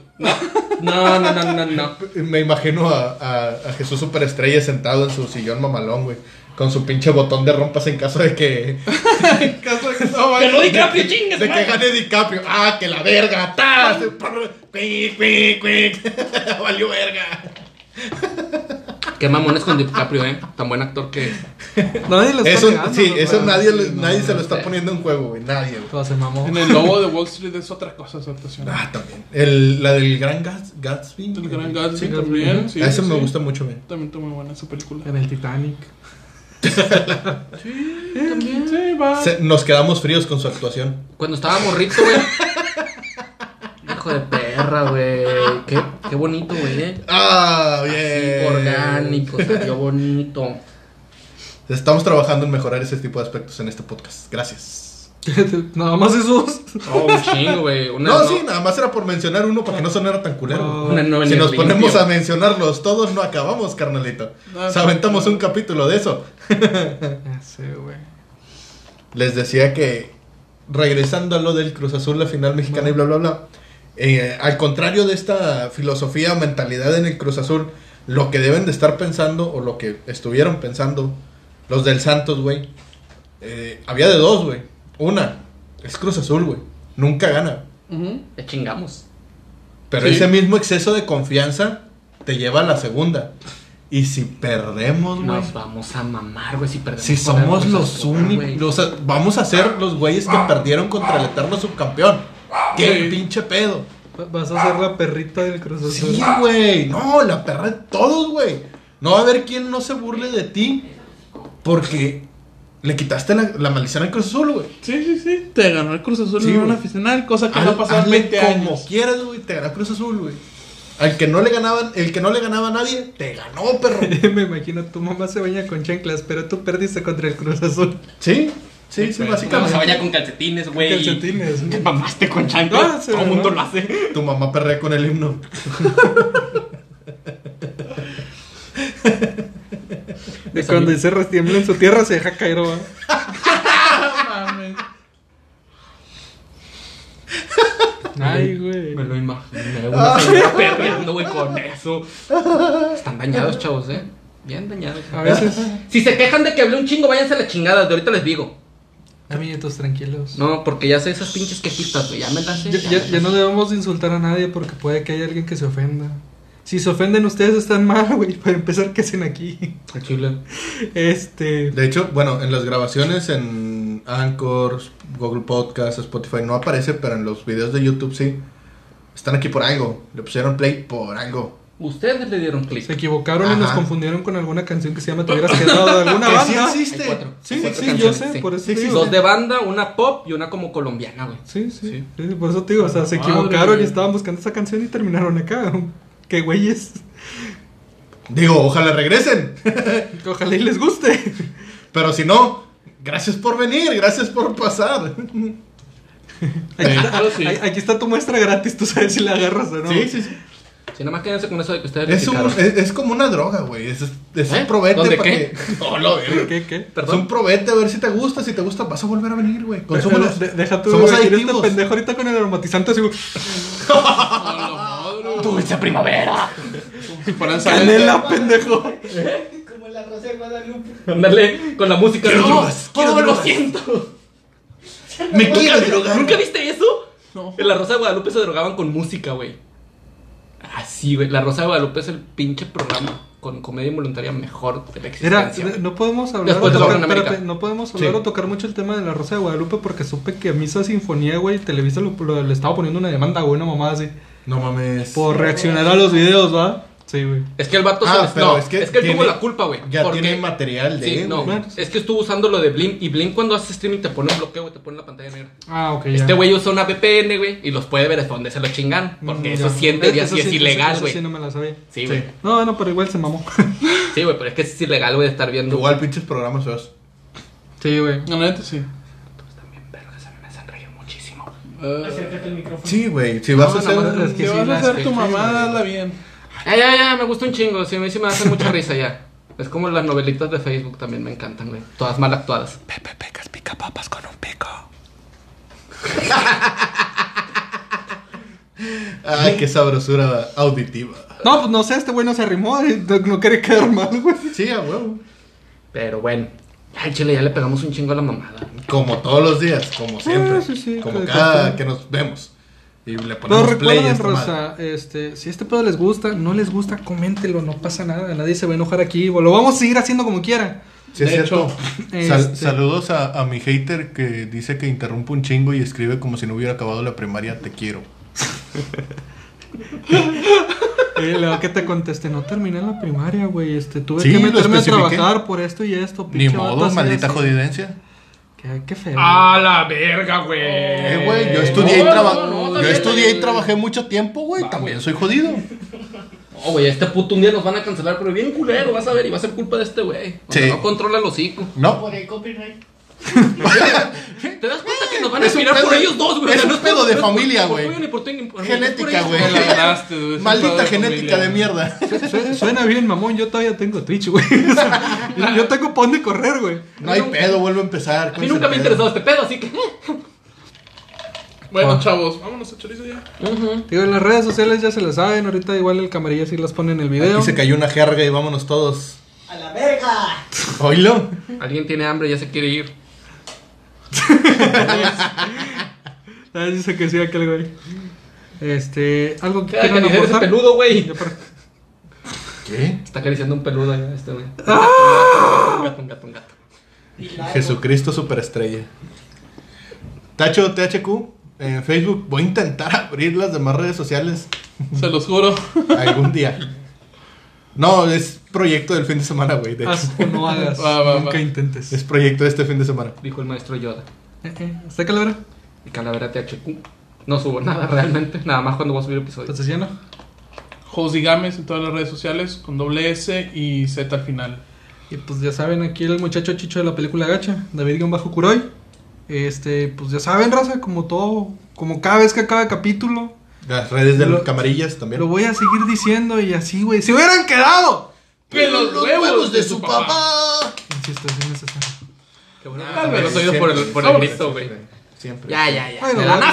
No, no, no, no, no. no.
Me imagino a, a- a Jesús Superestrella sentado en su sillón mamalón, güey. Con su pinche botón de rompas en caso de que. (laughs) en caso de que no
Pero
de,
DiCaprio, chingas,
de que
madre.
gane DiCaprio. ¡Ah, que la verga! ¡Tas! ¡Quick, quick, quick! (laughs) ¡Valió verga!
Qué mamones con DiCaprio, eh. Tan buen actor que es.
Nadie lo está
Eso,
negando,
sí,
¿no?
eso
Pero-
nadie, le-
sí, no,
nadie se lo
no
está
sé.
poniendo en juego, güey. Nadie, güey.
Todo se mamó.
En el lobo de Wall Street es otra cosa esa actuación.
Ah, también. El- la del Gran Gats- Gatsby.
El Gran Gatsby
Sí,
también. Sí,
a ese
sí,
me
sí.
gusta mucho, güey.
También está muy buena esa película.
En el Titanic.
Sí, también. Sí, va.
Se- nos quedamos fríos con su actuación.
Cuando estaba morrito, güey. Hijo de perra, güey. Qué, qué bonito, güey. ¿eh?
¡Ah, bien!
Así, orgánico,
(laughs)
salió bonito.
Estamos trabajando en mejorar ese tipo de aspectos en este podcast. Gracias.
(laughs) Nada más esos.
Oh, un chingo, güey. Una-
No, sí, nada más era por mencionar uno para que no sonara tan culero.
No.
una no
Si
venía
nos
limpio.
ponemos a mencionarlos todos, no acabamos, carnalito.
No,
Se aventamos
no.
un capítulo de eso.
Ya sé, güey.
Les decía que, regresando a lo del Cruz Azul, la final mexicana y bla, bla, bla. eh, al contrario de esta filosofía o mentalidad en el Cruz Azul, lo que deben de estar pensando o lo que estuvieron pensando los del Santos, güey. eh, había de dos, güey. Una, es Cruz Azul, güey. Nunca gana.
Ujú.
Le chingamos.
Pero
Sí.
ese mismo exceso de confianza te lleva a la segunda. Y si perdemos, güey.
Nos vamos a mamar, güey, si perdemos.
Si
con el
somos
Cruz
los
Azul, güey.
únicos. Vamos a ser los güeyes que perdieron contra el eterno subcampeón. ¡Qué
Sí.
pinche pedo!
Va- Vas a ser la perrita del Cruz Azul.
Sí, güey. No, la perra de todos, güey. No va a haber quien no se burle de ti porque le quitaste la, la maldición al Cruz Azul, güey.
Sí, sí, sí. Te ganó el Cruz Azul
Sí,
en
güey.
una final, cosa que
Haz-
no ha pasado en
hazle
20
como
años.
quieras, güey, te ganó Cruz Azul, güey. Al que no le ganaban, el que no le ganaba a nadie, te ganó,
(laughs)
perro.
(laughs) Me imagino tu mamá se baña con chanclas, pero tú perdiste contra el Cruz Azul.
Sí, sí, sí,
Vamos a bañar
básicamente.
con calcetines, güey.
Calcetines.
Te mamaste con chanclas.
Ah, sí,
Todo el
¿no?
mundo lo hace.
Tu mamá perrea con el himno.
De cuando dice restiembla en su tierra se deja caer, va.
No mames.
Ay, güey.
Me lo imaginé. Una señora perreando, güey, con eso. Están dañados, chavos, eh. Bien dañados.
A veces.
Si se quejan de que hablé un chingo, váyanse a la chingada. De ahorita les digo.
Amiguitos, tranquilos.
No, porque ya sé esas pinches quejitas, güey. Ya me las sé.
Ya,
ya
ya-
me
ya
las
no
sé.
debemos de insultar a nadie porque puede que haya alguien que se ofenda. Si se ofenden ustedes están mal, güey. Para empezar, ¿qué hacen aquí?
Al chile.
Este...
De hecho, bueno, en las grabaciones en Anchor, Google Podcast, Spotify no aparece, pero en los videos de YouTube sí. Están aquí por algo. Le pusieron play por algo.
Ustedes le dieron clic.
Se equivocaron y nos
Ajá.
confundieron con alguna canción que se llama Te hubieras quedado de alguna
Que sí
banda. Sí,
existe.
Hay cuatro.
sí,
hay cuatro
yo
canciones,
sé,
sí.
por eso
Sí,
te
sí,
digo.
Dos de banda, una pop y una como colombiana, güey.
Sí, sí,
Sí.
sí, por eso te digo, o sea, se
Madre
equivocaron y
mía.
estaban buscando esa canción y terminaron acá. (laughs) Qué güeyes. (laughs)
Digo, ojalá regresen.
Ojalá y les guste.
Pero si no, gracias por venir, gracias por pasar.
Aquí está,
Eso sí.
a- aquí está tu muestra gratis, tú sabes si la agarras o no.
Sí, sí, sí.
Si nada más quédense con eso de que ustedes
Es, un-
criticaron.
es- es como una droga, güey. Es, es
¿Eh?
un probete
¿Dónde
para
qué?
que. No, lo veo.
¿Qué, qué?
Es
Perdón.
un probete a ver si te gusta. Si te gusta, vas a volver a venir, güey. Consúmelo.
De- deja tú
Somos
güey, tira este
adictivos.
pendejo ahorita con el aromatizante así, güey,
Dulce primavera.
Si fueran
canela, pendejo.
Como la Rosa de Guadalupe.
Ándale con la música.
Quiero
No,
drogas, quiero
todo lo
drogas.
siento.
Me quiero
¿Nunca,
drogar.
¿Nunca viste eso?
No.
En la Rosa de Guadalupe se drogaban con música, güey. Así, güey. La Rosa de Guadalupe es el pinche programa con comedia involuntaria mejor de
Mira,
la existencia. güey.
no podemos hablar,
Después
de
tocar-
Laura
en América.
espérate, no podemos hablar
Sí.
o tocar mucho el tema de la Rosa de Guadalupe porque supe que a Misa Sinfonía, güey, Televisa lo- lo- le estaba poniendo una demanda, güey, una mamada así.
No mames.
Por reaccionar a los videos, ¿va? Sí, güey.
Es que el vato
Ah,
se les-
pero
no,
es que
él tuvo
tiene-
la culpa, güey.
Ya
porque-
tiene material de.
Sí, no,
güey.
güey.
es que estuvo usando lo de Blim y Blim cuando hace streaming te pone un bloqueo, güey, te pone la pantalla negra.
Ah, ok.
Este güey usa una VPN, güey, y los puede ver hasta donde se lo chingan,
Mm,
porque eso sí en teoría sí es ilegal, güey.
Sí, no me la sabía.
Sí, güey.
No, bueno, pero igual se
(laughs)
mamó.
Sí, güey, pero es que es ilegal, güey, de estar viendo.
Igual pinches programas feos.
sí, güey.
No, la neta sí.
Vergas, a mí me hacen reír muchísimo.
Eh,
Acércate al micrófono.
Sí, güey. Si vas a
no,
hacer.
no, es que sí,
si vas a
las
hacer tu
pinches
mamada, hazla bien.
Ya, ya, ya, me gusta un chingo, sí, a mí sí me hacen mucha risa ya. Es como las novelitas de Facebook también me encantan, güey. Todas mal actuadas. Pepe Pecas pica papas con un pico.
Ay, qué sabrosura auditiva.
No, pues no sé, este güey no se arrimó, (laughs) eh, no, no quiere quedar mal, güey.
Sí, a huevo.
Pero bueno, al chile ya le pegamos un chingo a la mamada.
Como todos los días, como siempre.
Ah, sí, sí,
como
que-
cada
que-
que nos vemos. Y le
Pero
ponemos play
recuerden,
a esta madre.
Rosa, este, si este pedo les gusta, no les gusta, coméntelo, no pasa nada, nadie se va a enojar aquí, o lo vamos a seguir haciendo como quiera.
Sí, es
De
cierto.
hecho,
Sal-
este-
Saludos a, a mi hater que dice que interrumpe un chingo y escribe como si no hubiera acabado la primaria. Te quiero.
Y luego que te conteste, no terminé la primaria, güey, este, tuve
Sí,
que
lo
meterme a
especifiqué.
trabajar por esto y esto,
Ni
pinche vato
modo,
así,
maldita
así.
jodidencia.
Qué, qué feo.
Ah,
la verga, güey!
Eh, güey, yo estudié, y,
No,
traba-
no, no,
yo
también,
estudié
güey.
y trabajé mucho tiempo, güey. También soy jodido.
No, güey, a este puto un día nos van a cancelar, pero bien culero, vas a ver, y va a ser culpa de este güey. O sea,
Sí.
no controla el hocico.
No.
Por el copyright.
¿Te das cuenta que nos van a
Es un
mirar por
pedo-
ellos dos, güey?
es
O sea,
un
no
pedo
por-
de
no es por-
familia,
ni por
güey.
tuyo, ni por tuyo, ni por- ni por
Genética,
ellos,
güey.
Te la ganaste, güey. Es un pedo
Maldita
de
genética de
familia.
mierda.
Su- su- Suena bien, mamón, yo todavía tengo Twitch, güey. (laughs) O sea, yo- yo tengo pa' dónde correr, güey.
No hay pedo, vuelvo a empezar.
A
con
mí
ese
nunca me ha
pedo.
interesado este pedo, así que.
Ah.
Bueno, chavos, vámonos a chorizo ya.
Digo, en las redes sociales ya se las saben, ahorita igual el camarilla sí las pone en el video.
Aquí se cayó una jerga y vámonos todos.
¡A la verga!
Oilo.
Alguien tiene hambre, ya se quiere ir.
Ah, dice que sí aquel güey. Este, algo que
Está
quieran
acariciando ese
aportar.
peludo, güey.
Ya para-
¿Qué?
Está acariciando un peludo allá, este güey.
¡Ah!
Un gato, un gato, un gato.
Y largo.
Jesucristo superestrella. Tacho THQ en Facebook. Voy a intentar abrir las demás redes sociales
Se los juro.
algún día. No, es proyecto del fin de semana, güey. (laughs) De hecho,
Haz o no hagas.
Va, va,
nunca
va.
intentes.
es proyecto de este fin de semana.
Dijo el maestro Yoda.
Eh, eh, ¿Está calavera?
Y Calavera THQ. No subo nada realmente, nada más cuando voy a subir episodios.
Entonces ya no.
Josigames en todas las redes sociales con doble S y Z al final.
Y pues ya saben, aquí el muchacho chicho de la película gacha, David Bajo Curoy. Este, pues ya saben, raza, como todo, como cada vez que acaba capítulo,
Las redes de
Lo-
los camarillas también.
lo voy a seguir diciendo y así, güey. ¡Se hubieran quedado!
¡Que los huevos de su papá!
Insisto, es innecesario.
Qué bueno.
Tal vez
Ah,
los oídos por el, por el grito, güey.
Siempre.
Ya, ya, ya.
Ay, no,
de la
vale.